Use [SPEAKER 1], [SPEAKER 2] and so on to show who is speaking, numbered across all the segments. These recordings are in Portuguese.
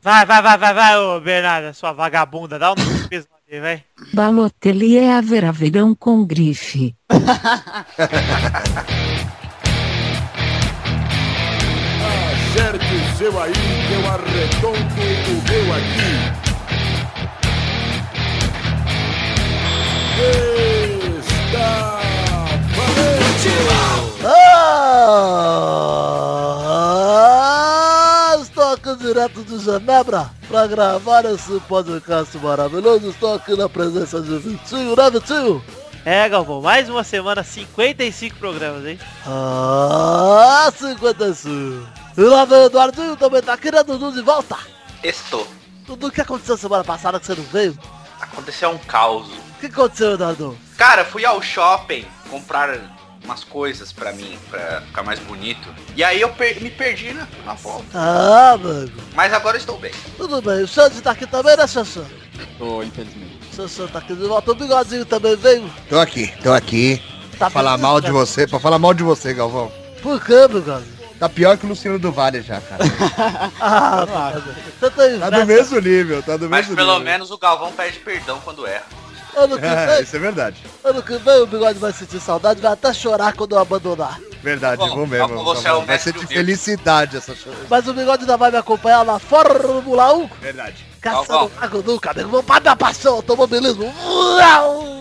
[SPEAKER 1] Vai, vai, vai, vai, vai, ô Bernarda, sua vagabunda, dá um peso aí, vai.
[SPEAKER 2] Balotelli é haverá verão com grife.
[SPEAKER 3] Acerte o seu aí, que eu arredondo o meu aqui. Está valente!
[SPEAKER 4] Ah, estou aqui direto de Genebra para gravar esse podcast maravilhoso. Estou aqui na presença de Vitinho, né Vitinho?
[SPEAKER 1] É, Galvão, mais uma semana, 55 programas, hein?
[SPEAKER 4] Ah, 55. E lá vem o Eduardinho também tá aqui, né Dudu, de volta.
[SPEAKER 5] Estou.
[SPEAKER 4] Dudu, o que aconteceu semana passada que você não veio?
[SPEAKER 5] Aconteceu um caos.
[SPEAKER 4] O que aconteceu, Eduardo?
[SPEAKER 5] Cara, fui ao shopping comprar umas coisas pra mim, pra ficar mais bonito. E aí eu per- me perdi na, na volta.
[SPEAKER 4] Ah, mano.
[SPEAKER 5] Mas agora estou bem.
[SPEAKER 4] Tudo bem, o Xande tá aqui também, né, Xanxan?
[SPEAKER 6] Tô, infelizmente.
[SPEAKER 4] O Xanxan tá aqui de volta. O Bigodinho também veio.
[SPEAKER 7] Tô aqui, tô aqui.
[SPEAKER 4] Tá
[SPEAKER 7] Pra falar
[SPEAKER 4] feliz,
[SPEAKER 7] mal de
[SPEAKER 4] cara?
[SPEAKER 7] você, pra falar mal de você, Galvão.
[SPEAKER 4] Por que, Bigodinho?
[SPEAKER 7] Tá pior que o Luciano do Vale já, cara.
[SPEAKER 4] Ah, Bigodinho. Você tem
[SPEAKER 7] Tá do
[SPEAKER 4] inveja.
[SPEAKER 7] mesmo nível, tá do
[SPEAKER 5] Mas
[SPEAKER 7] mesmo
[SPEAKER 5] pelo
[SPEAKER 7] nível.
[SPEAKER 5] menos o Galvão pede perdão quando erra.
[SPEAKER 4] Ano que
[SPEAKER 7] É,
[SPEAKER 4] vem,
[SPEAKER 7] isso é verdade.
[SPEAKER 4] ano que vem o Bigode vai sentir saudade, vai até chorar quando eu abandonar.
[SPEAKER 7] Verdade,
[SPEAKER 5] Bom,
[SPEAKER 7] vou mesmo.
[SPEAKER 5] Galvão, você
[SPEAKER 7] Galvão.
[SPEAKER 5] é o
[SPEAKER 7] Vai
[SPEAKER 5] mestre
[SPEAKER 7] ser de
[SPEAKER 5] humilde.
[SPEAKER 7] felicidade essa show.
[SPEAKER 4] Mas o Bigode ainda vai me acompanhar na Fórmula 1,
[SPEAKER 7] Verdade.
[SPEAKER 5] Qual,
[SPEAKER 4] caçando água nunca, meu irmão, para da paixão, automobilismo. Uau!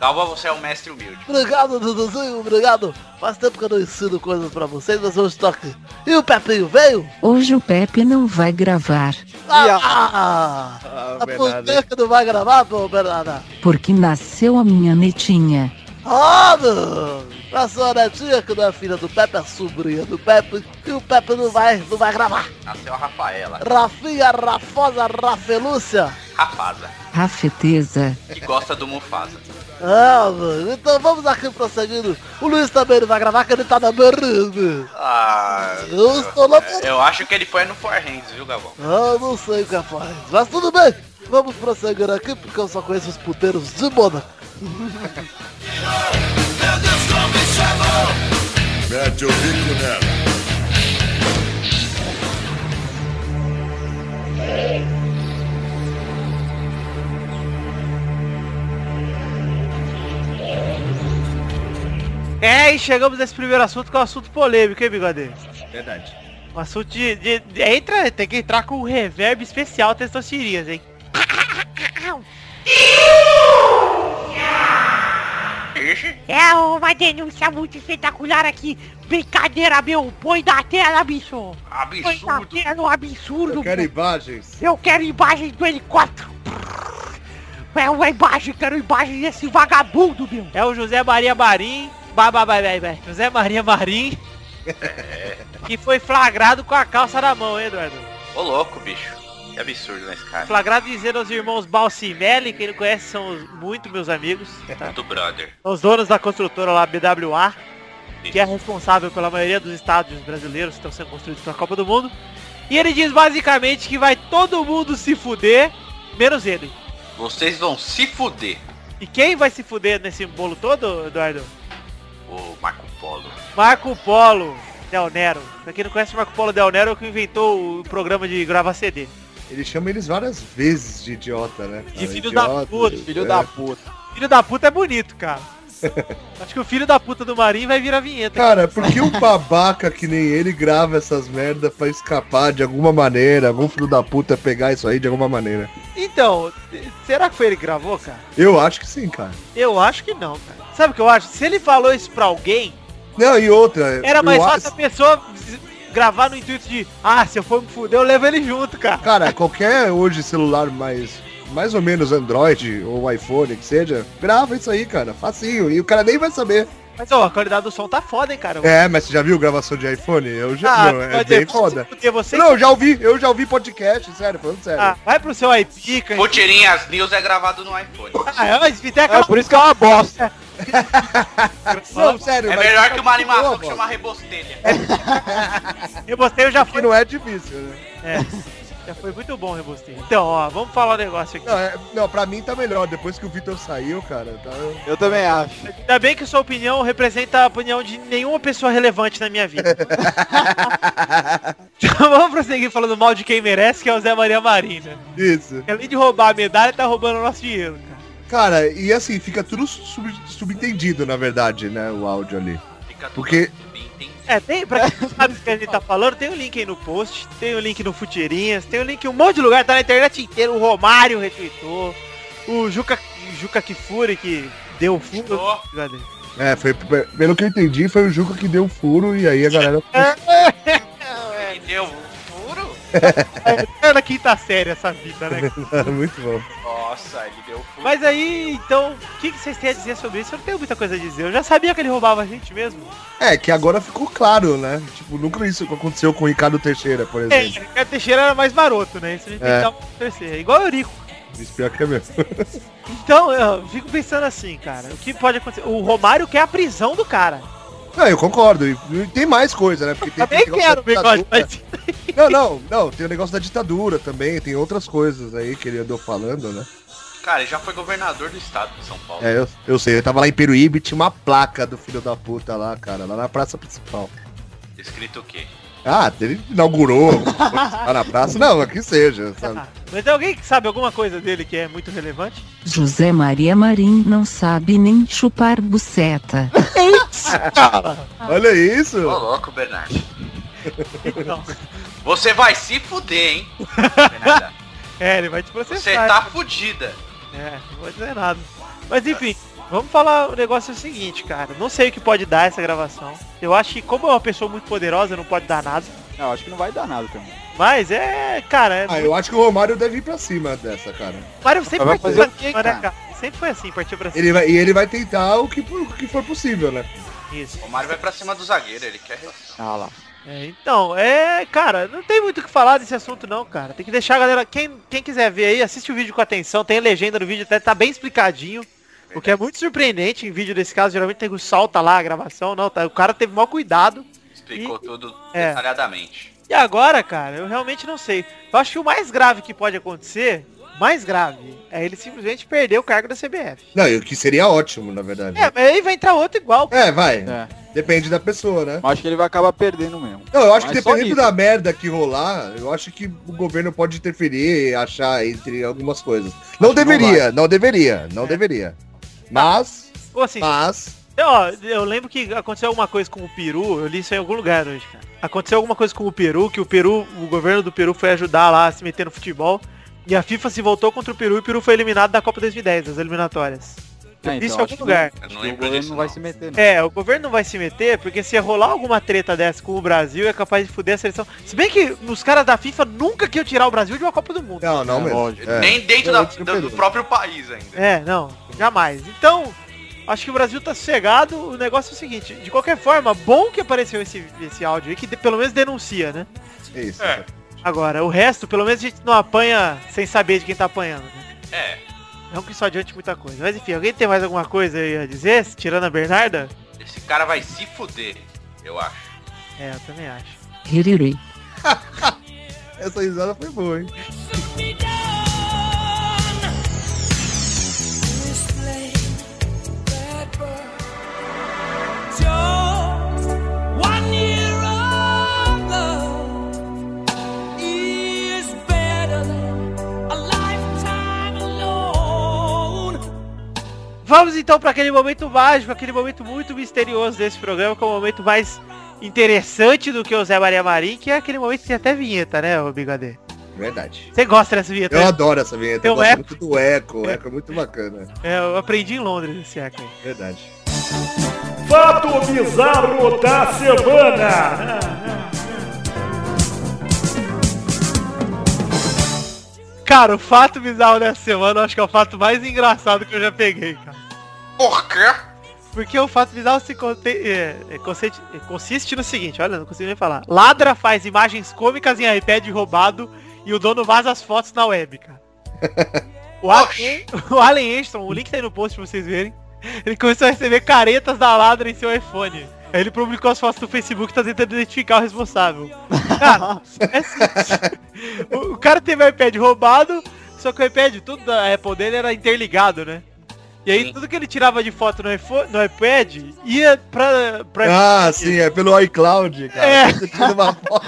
[SPEAKER 5] Galvão, você é um mestre humilde.
[SPEAKER 4] Obrigado, Duduzinho, obrigado. Faz tempo que eu não ensino coisas pra vocês, mas hoje tô aqui. E o Pepinho veio?
[SPEAKER 2] Hoje o Pepe não vai gravar,
[SPEAKER 4] Ah, ah,
[SPEAKER 7] Ah,
[SPEAKER 4] ah, por
[SPEAKER 7] verdade.
[SPEAKER 4] que que não vai gravar, pô, Bernarda?
[SPEAKER 2] porque nasceu a minha netinha.
[SPEAKER 4] Ah, meu! A sua netinha que não é filha do Pepe, é sobrinha do Pepe, e o Pepe não vai, não vai gravar.
[SPEAKER 5] Nasceu a Rafaela,
[SPEAKER 4] Rafinha, Rafosa, Rafelúcia.
[SPEAKER 5] rapaza,
[SPEAKER 2] Rafeteza.
[SPEAKER 5] que gosta do Mufasa.
[SPEAKER 4] Ah, mano. Então vamos aqui prosseguindo. O Luiz também não vai gravar, que ele tá na merda.
[SPEAKER 5] Ah,
[SPEAKER 4] Eu estou lá por...
[SPEAKER 5] eu acho que ele foi no Forhands, viu, Galvão?
[SPEAKER 4] Ah, não sei, capaz. Mas tudo bem. Vamos prosseguindo aqui, porque eu só conheço os puteiros de Mônaco.
[SPEAKER 3] Mete o bico nela.
[SPEAKER 1] É, e chegamos nesse primeiro assunto, que é um assunto polêmico, hein, Bigode?
[SPEAKER 7] Verdade.
[SPEAKER 1] Um assunto de... de- de- entra, tem que entrar com um reverb especial testosterinhas, hein?
[SPEAKER 8] É uma denúncia muito espetacular aqui. Brincadeira, meu. Põe na tela, bicho. Põe na
[SPEAKER 5] Absurdo.
[SPEAKER 8] tela um absurdo.
[SPEAKER 7] Eu quero
[SPEAKER 8] meu.
[SPEAKER 7] imagens.
[SPEAKER 8] Eu quero imagem do helicóptero. É uma imagem, quero imagem desse vagabundo, meu.
[SPEAKER 1] É o José Maria Marim, ba, ba, ba, ba, ba, José Maria Marim, que foi flagrado com a calça na mão, hein, Eduardo?
[SPEAKER 5] Ô louco, bicho. Que absurdo nesse cara.
[SPEAKER 1] Flagrado dizendo aos irmãos Balsimelli, que ele conhece, são os- muito meus amigos, tá?
[SPEAKER 5] Do brother.
[SPEAKER 1] São os donos da construtora lá, BWA, que é responsável pela maioria dos estádios brasileiros que estão sendo construídos para a Copa do Mundo. E ele diz basicamente que vai todo mundo se fuder, menos ele.
[SPEAKER 5] Vocês vão se fuder,
[SPEAKER 1] E quem vai se fuder nesse bolo todo, Eduardo?
[SPEAKER 5] ô Marco Polo.
[SPEAKER 1] Marco Polo Del Nero. Pra quem não conhece, Marco Polo Del Nero é o que inventou o programa de gravar CD.
[SPEAKER 7] Ele chama eles várias vezes de idiota, né?
[SPEAKER 1] De
[SPEAKER 7] cara?
[SPEAKER 1] filho
[SPEAKER 7] Idiota,
[SPEAKER 1] da puta,
[SPEAKER 6] Filho
[SPEAKER 7] é.
[SPEAKER 6] da puta.
[SPEAKER 1] Filho da puta é bonito, cara. Acho que o filho da puta do Marinho vai virar vinheta.
[SPEAKER 7] Cara, por que um babaca que nem ele grava essas merda pra escapar de alguma maneira? Algum filho da puta pegar isso aí de alguma maneira?
[SPEAKER 1] Então, será que foi ele que gravou, cara?
[SPEAKER 7] Eu acho que sim, cara.
[SPEAKER 1] Eu acho que não, cara. Sabe o que eu acho? Se ele falou isso pra alguém,
[SPEAKER 7] Não, e outra.
[SPEAKER 1] era mais
[SPEAKER 7] eu a-
[SPEAKER 1] fácil a pessoa z- gravar no intuito de Ah, se eu for me fuder, eu levo ele junto, cara.
[SPEAKER 7] Cara, qualquer hoje celular mais. Mais ou menos Android ou iPhone, que seja, grava isso aí, cara, facinho. E o cara nem vai saber.
[SPEAKER 1] Mas, ó, a qualidade do som tá foda, hein, cara.
[SPEAKER 7] É, mas você já viu gravação de iPhone? Eu já.
[SPEAKER 1] Ah,
[SPEAKER 7] não, é
[SPEAKER 1] pode- se
[SPEAKER 7] bem foda.
[SPEAKER 1] fuder Você...
[SPEAKER 7] Não, eu já ouvi, eu já ouvi podcast, sério, falando sério.
[SPEAKER 1] Ah, vai pro seu IP, cara.
[SPEAKER 5] Mutirinhas News é gravado no iPhone.
[SPEAKER 1] Ah, mas tem
[SPEAKER 6] É
[SPEAKER 1] aquela
[SPEAKER 6] por isso que é uma bosta.
[SPEAKER 7] não, sério,
[SPEAKER 5] É
[SPEAKER 7] mas-
[SPEAKER 5] melhor que uma animação
[SPEAKER 7] Pô,
[SPEAKER 5] que chama Rebostelha.
[SPEAKER 6] É.
[SPEAKER 1] Rebosteio já
[SPEAKER 7] que
[SPEAKER 1] foi.
[SPEAKER 7] não é difícil, né?
[SPEAKER 1] É, já foi muito bom o Rebosteio. Então, ó, vamos falar um negócio aqui.
[SPEAKER 7] Não, é, não, pra mim tá melhor. Depois que o Vitor saiu, cara, tá.
[SPEAKER 6] Eu também acho.
[SPEAKER 1] Ainda bem que sua opinião representa a opinião de nenhuma pessoa relevante na minha vida. Então vamos prosseguir falando mal de quem merece, que é o Zé Maria Marina.
[SPEAKER 7] Isso.
[SPEAKER 1] Além de roubar a medalha, tá roubando o nosso dinheiro, cara.
[SPEAKER 7] Cara, e assim, fica tudo sub- subentendido, na verdade, né? O áudio ali.
[SPEAKER 5] Fica tudo
[SPEAKER 7] Porque-
[SPEAKER 5] bem entendido.
[SPEAKER 1] É, tem, pra quem não sabe o que a gente tá falando, tem o link aí no post, tem o link no Futirinhas, tem o link em um monte de lugar, tá na internet inteira, o Romário retweetou, o Juca, Juca Kifuri, que deu o fundo.
[SPEAKER 5] Tô.
[SPEAKER 7] É, foi, pelo que eu entendi, foi o Juca que deu o furo e aí a galera.
[SPEAKER 5] Ele deu um furo?
[SPEAKER 1] É na quinta série essa vida, né?
[SPEAKER 7] É, Muito bom.
[SPEAKER 5] Nossa, ele deu um furo.
[SPEAKER 1] Mas aí, então, o que, que vocês têm a dizer sobre isso? Eu não tenho muita coisa a dizer, eu já sabia que ele roubava a gente mesmo.
[SPEAKER 7] É, que agora ficou claro, né? Tipo, nunca isso aconteceu com o Ricardo Teixeira, por
[SPEAKER 1] É,
[SPEAKER 7] exemplo.
[SPEAKER 1] o Teixeira era mais maroto, né? Isso a gente tem
[SPEAKER 7] É.
[SPEAKER 1] que dar um terceiro. É Igual o Eurico.
[SPEAKER 7] Isso pior que é mesmo.
[SPEAKER 1] Então, eu fico pensando assim, cara. O que pode acontecer? O Romário quer a prisão do cara.
[SPEAKER 7] Não, eu concordo. E e tem mais coisa, né? Porque tem,
[SPEAKER 1] Também
[SPEAKER 7] tem o
[SPEAKER 1] quero o
[SPEAKER 7] negócio da
[SPEAKER 1] bigode,
[SPEAKER 7] ditadura.
[SPEAKER 1] mas...
[SPEAKER 7] Não, não, não. Tem o negócio da ditadura também. Tem outras coisas aí que ele andou falando, né?
[SPEAKER 5] Cara, ele já foi governador do estado de São Paulo.
[SPEAKER 7] É, eu, eu sei. Eu tava lá em Peruíbe tinha uma placa do filho da puta lá, cara. Lá na praça principal.
[SPEAKER 6] É.
[SPEAKER 5] Escrito o quê?
[SPEAKER 7] Ah, ele inaugurou alguma coisa lá na praça. Não, aqui seja,
[SPEAKER 6] Tá.
[SPEAKER 7] sabe?
[SPEAKER 1] Tá. mas tem alguém que sabe alguma coisa dele que é muito relevante?
[SPEAKER 2] José Maria Marim não sabe nem chupar buceta.
[SPEAKER 7] Olha isso.
[SPEAKER 5] Ô, louco, Bernardo.
[SPEAKER 1] Então,
[SPEAKER 5] Você vai se fuder, hein? Bernardo.
[SPEAKER 1] é, ele vai te processar.
[SPEAKER 5] Você tá fudida.
[SPEAKER 1] É, não vou dizer nada. Mas enfim, vamos falar o negócio é o seguinte, cara. Não sei o que pode dar essa gravação. Eu acho que como é uma pessoa muito poderosa, não pode dar nada.
[SPEAKER 6] Não, acho que não vai dar nada também.
[SPEAKER 1] Mas é, cara, é
[SPEAKER 7] Ah, eu acho que o Romário deve ir pra cima dessa, cara.
[SPEAKER 1] Mário sempre
[SPEAKER 6] Mas vai
[SPEAKER 1] partiu
[SPEAKER 6] fazer
[SPEAKER 1] pra cima,
[SPEAKER 6] o quê,
[SPEAKER 1] né,
[SPEAKER 6] cara?
[SPEAKER 1] cara? Sempre foi assim, partiu pra cima.
[SPEAKER 7] Ele vai, e ele vai tentar o que, o que for possível, né?
[SPEAKER 1] Isso.
[SPEAKER 5] O Mário vai pra cima do zagueiro, ele quer relação.
[SPEAKER 6] Ah lá.
[SPEAKER 1] É, então, é, cara, não tem muito o que falar desse assunto não, cara. Tem que deixar a galera, quem, quem quiser ver aí, assiste o vídeo com atenção, tem legenda no vídeo, até tá bem explicadinho. O que é muito surpreendente em vídeo desse caso, geralmente tem que salta lá a gravação, não, tá, o cara teve maior cuidado.
[SPEAKER 5] Explicou
[SPEAKER 1] E-
[SPEAKER 5] tudo
[SPEAKER 1] é.
[SPEAKER 5] detalhadamente.
[SPEAKER 1] E agora, cara, eu realmente não sei. Eu acho que o mais grave que pode acontecer, mais grave, é ele simplesmente perder o cargo da CBF.
[SPEAKER 7] Não, e o que seria ótimo, na verdade.
[SPEAKER 1] É, mas aí vai entrar outro igual.
[SPEAKER 7] É, vai.
[SPEAKER 6] É.
[SPEAKER 7] Depende da pessoa, né?
[SPEAKER 6] Mas acho que ele vai acabar perdendo mesmo.
[SPEAKER 7] Não, eu acho que
[SPEAKER 6] Mas só
[SPEAKER 7] dependendo
[SPEAKER 6] isso.
[SPEAKER 7] da merda que rolar, eu acho que o governo pode interferir e achar entre algumas coisas. Não deveria, não, deveria, não
[SPEAKER 1] É.
[SPEAKER 7] deveria. Mas,
[SPEAKER 1] Ou assim,
[SPEAKER 7] mas,
[SPEAKER 1] Ó, eu lembro que aconteceu alguma coisa com o Peru, eu li isso em algum lugar hoje, cara. Aconteceu alguma coisa com o Peru, que o Peru, o governo do Peru foi ajudar lá a se meter no futebol. E a FIFA se voltou contra o Peru e o Peru foi eliminado da Copa 2010, das eliminatórias.
[SPEAKER 6] É,
[SPEAKER 1] Isso
[SPEAKER 6] então,
[SPEAKER 1] em
[SPEAKER 6] acho
[SPEAKER 1] algum
[SPEAKER 6] que
[SPEAKER 1] lugar.
[SPEAKER 6] Acho
[SPEAKER 5] Eu não
[SPEAKER 6] que o
[SPEAKER 5] lembro
[SPEAKER 6] governo
[SPEAKER 5] disso,
[SPEAKER 6] não vai
[SPEAKER 5] não.
[SPEAKER 6] se meter, não.
[SPEAKER 1] É, o governo não vai se meter, porque se rolar alguma treta dessa com o Brasil, é capaz de fuder a seleção. Se bem que os caras da FIFA nunca queriam tirar o Brasil de uma Copa do Mundo.
[SPEAKER 7] não, não
[SPEAKER 6] É,
[SPEAKER 7] mesmo.
[SPEAKER 6] lógico.
[SPEAKER 7] É.
[SPEAKER 5] Nem dentro
[SPEAKER 7] Eu
[SPEAKER 5] da-
[SPEAKER 7] acho
[SPEAKER 5] do,
[SPEAKER 7] que perdeu.
[SPEAKER 5] do próprio país ainda.
[SPEAKER 1] É, não, jamais. Então, acho que o Brasil tá sossegado. O negócio é o seguinte, de qualquer forma, bom que apareceu esse, esse áudio aí, que de- pelo menos denuncia, né?
[SPEAKER 7] É isso.
[SPEAKER 5] É.
[SPEAKER 1] Agora, o resto, pelo menos a gente não apanha sem saber de quem tá apanhando, né?
[SPEAKER 5] É.
[SPEAKER 1] Não que isso adiante muita coisa. Mas enfim, alguém tem mais alguma coisa aí a dizer? Tirando a Bernarda?
[SPEAKER 5] Esse cara vai se fuder, eu acho.
[SPEAKER 1] É, eu também acho.
[SPEAKER 2] Ririri.
[SPEAKER 7] Essa risada foi boa, hein?
[SPEAKER 1] Vamos então pra aquele momento mágico, aquele momento muito misterioso desse programa, que é o momento mais interessante do que o Zé Maria Marim, que é aquele momento que tem até vinheta, né, ô Bigode?
[SPEAKER 7] Verdade.
[SPEAKER 1] Você gosta dessa vinheta? né?
[SPEAKER 7] Eu adoro essa vinheta. Eu
[SPEAKER 1] Tem um
[SPEAKER 7] gosto
[SPEAKER 1] eco.
[SPEAKER 7] muito do eco. O eco é muito bacana.
[SPEAKER 1] É, eu aprendi em Londres esse eco aí.
[SPEAKER 7] Verdade.
[SPEAKER 9] Fato bizarro da semana.
[SPEAKER 1] Cara, o fato bizarro dessa semana, eu acho que é o fato mais engraçado que eu já peguei, cara.
[SPEAKER 5] Por quê?
[SPEAKER 1] Porque o fato bizarro se conte- é, é, consiste, é, consiste no seguinte, olha, não consigo nem falar. Ladra faz imagens cômicas em iPad roubado e o dono vaza as fotos na web, cara. O, Al-
[SPEAKER 5] Oxi.
[SPEAKER 1] o Allen Enstrom, o link tá aí no post pra vocês verem. Ele começou a receber caretas da Ladra em seu iPhone. Aí ele publicou as fotos no Facebook e tá tentando identificar o responsável. Cara, é assim, o, o cara teve o iPad roubado, só que o iPad, tudo da Apple dele era interligado, né? E aí
[SPEAKER 5] Sim.
[SPEAKER 1] tudo que ele tirava de foto no, iPhone, no iPad ia pra... pra...
[SPEAKER 7] Ah, sim, é pelo iCloud, cara.
[SPEAKER 1] É.
[SPEAKER 7] Você tira uma foto.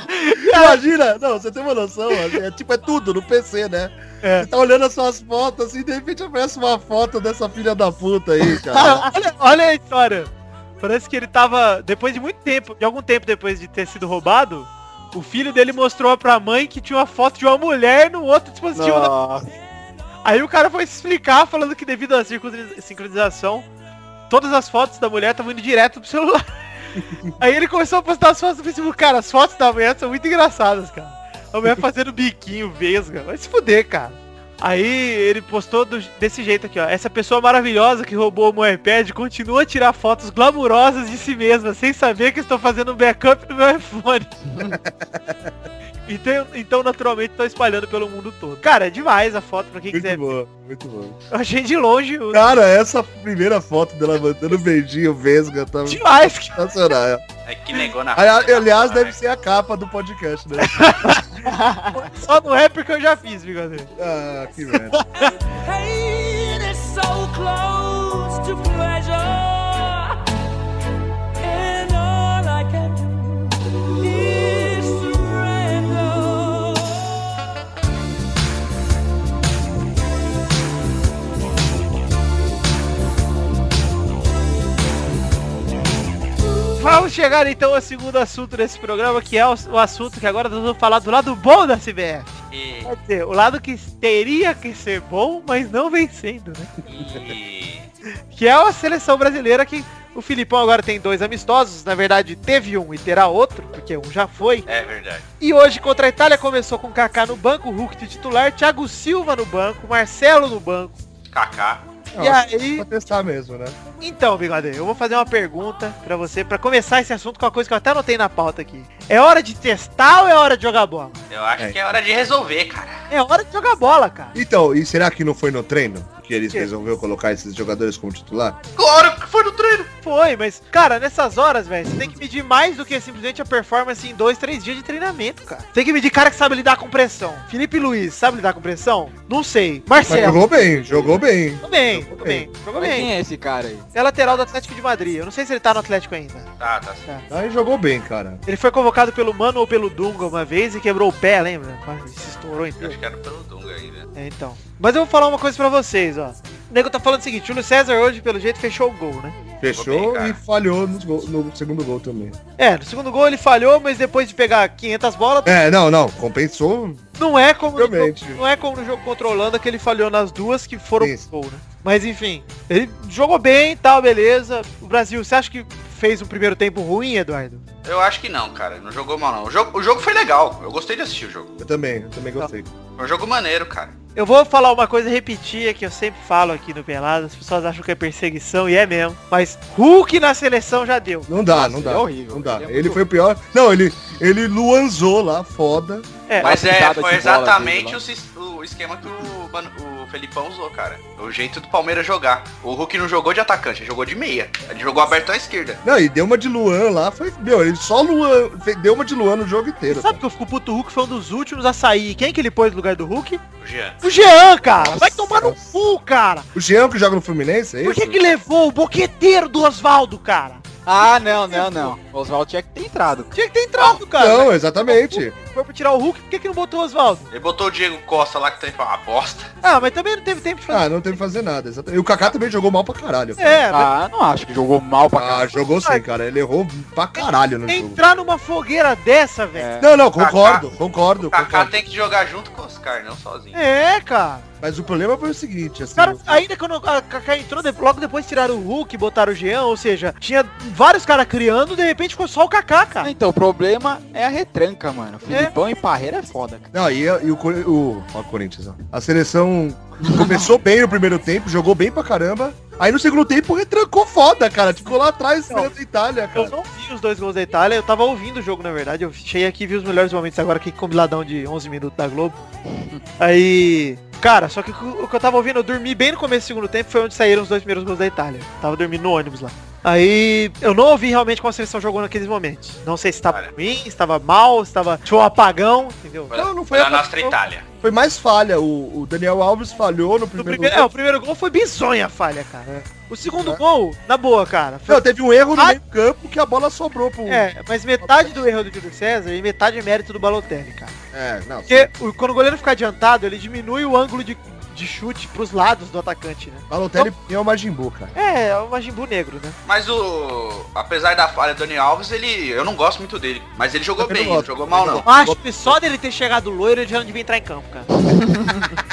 [SPEAKER 7] Imagina, não, você tem uma noção, é tipo, é tudo no PC, né?
[SPEAKER 1] É.
[SPEAKER 7] Você tá olhando as suas fotos assim, de repente aparece uma foto dessa filha da puta aí, cara.
[SPEAKER 1] olha, olha a história. Parece que ele tava, depois de muito tempo, de algum tempo depois de ter sido roubado, o filho dele mostrou pra mãe que tinha uma foto de uma mulher no outro dispositivo da
[SPEAKER 6] Nossa,
[SPEAKER 1] Aí o cara foi se explicar falando que devido à sincroniza- sincronização, todas as fotos da mulher estavam indo direto pro celular. Aí ele começou a postar as fotos no Facebook. Cara, as fotos da mulher são muito engraçadas, cara. A mulher fazendo biquinho, vesga. Vai se fuder, cara. Aí ele postou do- desse jeito aqui, ó. Essa pessoa maravilhosa que roubou o meu iPad continua a tirar fotos glamurosas de si mesma, sem saber que estou fazendo um backup no meu iPhone. então, então, naturalmente, estou espalhando pelo mundo todo. Cara, é demais a foto, pra quem quiser
[SPEAKER 7] Muito bom, muito bom.
[SPEAKER 1] eu achei de longe o...
[SPEAKER 7] Cara, essa primeira foto dela mandando beijinho, vesga, tá
[SPEAKER 1] demais. que-
[SPEAKER 7] sensacional.
[SPEAKER 5] É que negou na
[SPEAKER 7] Aí,
[SPEAKER 5] frente,
[SPEAKER 7] aliás,
[SPEAKER 5] né?
[SPEAKER 7] deve ser a capa do podcast, né?
[SPEAKER 1] Só no rap que eu já fiz, brincadeira.
[SPEAKER 7] Ah, que merda.
[SPEAKER 10] Pain is so close to pleasure, and all I can do is surrender.
[SPEAKER 1] Vamos chegar então ao segundo assunto desse programa, que é o, o assunto que agora nós vamos falar do lado bom da CBF.
[SPEAKER 5] E,
[SPEAKER 1] Quer dizer, o lado que teria que ser bom, mas não vem sendo, né?
[SPEAKER 5] e-
[SPEAKER 1] Que é a seleção brasileira que o Filipão agora tem dois amistosos. Na verdade, teve um e terá outro, porque um já foi.
[SPEAKER 5] É verdade.
[SPEAKER 1] E hoje contra a Itália começou com Kaká no banco, Hulk de titular, Thiago Silva no banco, Marcelo no banco.
[SPEAKER 5] Kaká.
[SPEAKER 7] Não, é
[SPEAKER 1] e aí...
[SPEAKER 7] Pra testar mesmo, né?
[SPEAKER 1] Então, Bigode, eu vou fazer uma pergunta pra você, pra começar esse assunto com uma coisa que eu até anotei na pauta aqui. É hora de testar ou é hora de jogar bola?
[SPEAKER 5] Eu acho
[SPEAKER 7] É.
[SPEAKER 5] que é hora de resolver, cara.
[SPEAKER 1] É hora de jogar bola, cara.
[SPEAKER 7] Então, e será que não foi no treino que eles
[SPEAKER 1] Quê?
[SPEAKER 7] resolveram colocar esses jogadores como titular?
[SPEAKER 5] Claro que foi no treino.
[SPEAKER 1] Foi, mas, cara, nessas horas, velho, você tem que medir mais do que simplesmente a performance em dois, três dias de treinamento, cara. Tem que medir cara que sabe lidar com pressão. Felipe Luiz, sabe lidar com pressão? Não sei.
[SPEAKER 7] Mas
[SPEAKER 1] Marcelo,
[SPEAKER 7] jogou bem, jogou bem.
[SPEAKER 1] tudo bem,
[SPEAKER 7] jogou
[SPEAKER 1] tudo bem, jogou
[SPEAKER 6] mas
[SPEAKER 1] bem.
[SPEAKER 6] quem é esse cara aí?
[SPEAKER 1] É lateral do Atlético de Madrid. Eu não sei se ele tá no Atlético ainda.
[SPEAKER 5] Tá, tá. certo.
[SPEAKER 7] Aí jogou bem, cara.
[SPEAKER 1] Ele foi convocado pelo Mano ou pelo Dunga uma vez e quebrou o pé, lembra? Se estourou
[SPEAKER 5] Eu
[SPEAKER 1] inteiro.
[SPEAKER 5] acho que era pelo Dunga né? ainda.
[SPEAKER 1] É, então. Mas eu vou falar uma coisa pra vocês, ó. O nego tá falando o seguinte, Júlio César hoje, pelo jeito, fechou o gol, né?
[SPEAKER 7] Fechou
[SPEAKER 5] bem, cara.
[SPEAKER 7] e falhou no, gol- no segundo gol também.
[SPEAKER 1] É, no segundo gol ele falhou, mas depois de pegar 500 bolas,
[SPEAKER 7] É, não, não, compensou.
[SPEAKER 1] não é como no
[SPEAKER 7] Realmente.
[SPEAKER 1] jogo, não é como no jogo controlando que ele falhou nas duas que foram
[SPEAKER 7] Isso.
[SPEAKER 1] pro gol, né? Mas enfim, ele jogou bem, tal, beleza. O Brasil, você acha que fez um primeiro tempo ruim, Eduardo?
[SPEAKER 5] Eu acho que não, cara. Não jogou mal, não. O jogo, o jogo foi legal. Eu gostei de assistir o jogo.
[SPEAKER 7] Eu também, eu também gostei.
[SPEAKER 5] Foi um jogo maneiro, cara.
[SPEAKER 1] Eu vou falar uma coisa e repetir que eu sempre falo aqui no Pelado, as pessoas acham que é perseguição e é mesmo, mas Hulk na seleção já deu.
[SPEAKER 7] Não dá, não
[SPEAKER 6] ele
[SPEAKER 7] dá.
[SPEAKER 6] é horrível,
[SPEAKER 7] Não dá.
[SPEAKER 6] ele é
[SPEAKER 7] Ele
[SPEAKER 6] muito
[SPEAKER 7] foi o pior. Não, ele, ele luanzou lá, foda.
[SPEAKER 1] É,
[SPEAKER 5] Mas é,
[SPEAKER 6] pisada de
[SPEAKER 5] foi
[SPEAKER 6] bola
[SPEAKER 5] exatamente
[SPEAKER 6] dele lá.
[SPEAKER 5] o, sis- o esquema que o, Manu- o Felipão usou, cara. O jeito do Palmeiras jogar. O Hulk não jogou de atacante, ele jogou de meia. Ele jogou aberto à esquerda.
[SPEAKER 7] Não, e deu uma de Luan lá, foi. Meu, ele só Luan. fe- Deu uma de Luan no jogo inteiro.
[SPEAKER 1] Sabe que eu fico puto, o Hulk foi um dos últimos a sair. Quem é que ele pôs no lugar do Hulk?
[SPEAKER 5] O Jean.
[SPEAKER 1] O Jean, cara! Vai
[SPEAKER 7] Nossa.
[SPEAKER 1] tomar no cu, cara!
[SPEAKER 7] O Jean que joga no Fluminense, é
[SPEAKER 1] Por que
[SPEAKER 7] isso?
[SPEAKER 1] que levou o boqueteiro do Oswaldo, cara?
[SPEAKER 6] Ah, não, não, não. O Oswaldo tinha que ter entrado.
[SPEAKER 1] Tinha que ter entrado, cara!
[SPEAKER 7] Não, exatamente.
[SPEAKER 1] Foi pra tirar o Hulk, por que que não botou o Oswaldo?
[SPEAKER 5] Ele botou o Diego Costa lá que tá falando, ah, bosta.
[SPEAKER 1] Ah, mas também não teve tempo de fazer.
[SPEAKER 7] Ah, não teve que fazer nada. exatamente. E o Kaká também jogou mal pra caralho.
[SPEAKER 1] é, mas
[SPEAKER 6] Ah, não acho que jogou mal pra
[SPEAKER 7] Ah,
[SPEAKER 6] caralho.
[SPEAKER 7] jogou sim, cara. Ele errou pra caralho no jogo.
[SPEAKER 1] entrar numa fogueira dessa, velho.
[SPEAKER 7] Não, não, concordo, concordo,
[SPEAKER 5] O Kaká
[SPEAKER 7] concordo.
[SPEAKER 5] tem que jogar junto com o Oscar, não sozinho.
[SPEAKER 1] É, cara.
[SPEAKER 7] Mas o problema foi o seguinte, assim.
[SPEAKER 1] Os caras, ainda quando a Kaká entrou, de- logo depois tiraram o Hulk, botaram o Jean, ou seja, tinha vários caras criando, de repente ficou só o Kaká, cara.
[SPEAKER 6] Então, o problema é a retranca, mano. Filipão e Parreira é foda, cara.
[SPEAKER 7] Não, e, e o, Cor- o, ó, Corinthians, ó. A seleção começou bem no primeiro tempo, jogou bem pra caramba. Aí no segundo tempo retrancou foda, cara. Ficou lá atrás
[SPEAKER 1] Não.
[SPEAKER 7] da Itália,
[SPEAKER 1] Eu
[SPEAKER 7] cara.
[SPEAKER 1] não vi os dois gols da Itália, eu tava ouvindo o jogo, na verdade. Eu cheguei aqui e vi os melhores momentos agora, que combiladão de 11 minutos da Globo. Aí, cara, só que o que eu tava ouvindo, eu dormi bem no começo do segundo tempo, foi onde saíram os dois primeiros gols da Itália. Tava dormindo no ônibus lá. Aí eu não ouvi realmente qual seleção jogou naqueles momentos. Não sei se estava ruim, se estava mal, se estava tinha um apagão, entendeu?
[SPEAKER 5] Foi, não, não foi, a nossa Itália.
[SPEAKER 7] Foi mais falha. O, o Daniel Alves falhou no
[SPEAKER 1] O
[SPEAKER 7] primeiro,
[SPEAKER 1] primeiro, é, o primeiro gol foi bizonha a falha, cara. O segundo gol, na boa, cara. Foi-
[SPEAKER 7] É. Não, teve um erro no
[SPEAKER 1] Ah.
[SPEAKER 7] meio campo que a bola sobrou pro...
[SPEAKER 1] É, mas metade do erro do Júlio César e metade é mérito do Balotelli, cara.
[SPEAKER 7] É, não.
[SPEAKER 1] Porque o- quando o goleiro fica adiantado, ele diminui o ângulo de, de chute pros lados do atacante, né?
[SPEAKER 7] Balotelli é o Majin Buu, cara.
[SPEAKER 1] É, é o Majin Buu negro, né?
[SPEAKER 5] Mas o. Apesar da falha do Dani Alves, ele. Eu não gosto muito dele. Mas ele jogou
[SPEAKER 7] Também
[SPEAKER 5] bem,
[SPEAKER 7] não
[SPEAKER 5] não
[SPEAKER 7] gosto,
[SPEAKER 5] jogou mal não.
[SPEAKER 1] Eu acho que só dele ter chegado loiro, ele já não devia entrar em campo, cara.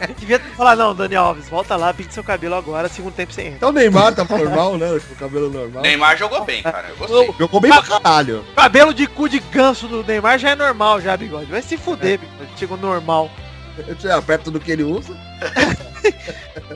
[SPEAKER 1] Ele devia falar, não, Dani Alves, volta lá, pinte seu cabelo agora, segundo tempo sem entra.
[SPEAKER 7] Então o Neymar tá normal, né? Com o cabelo normal.
[SPEAKER 5] Neymar jogou bem, cara. Eu gostei.
[SPEAKER 7] Jogou bem pra caralho.
[SPEAKER 1] Então, Cabelo de cu de ganso do Neymar já é normal já, bigode. Vai se fuder, bigode. Chegou normal.
[SPEAKER 7] Eu tinha É, perto do que ele usa.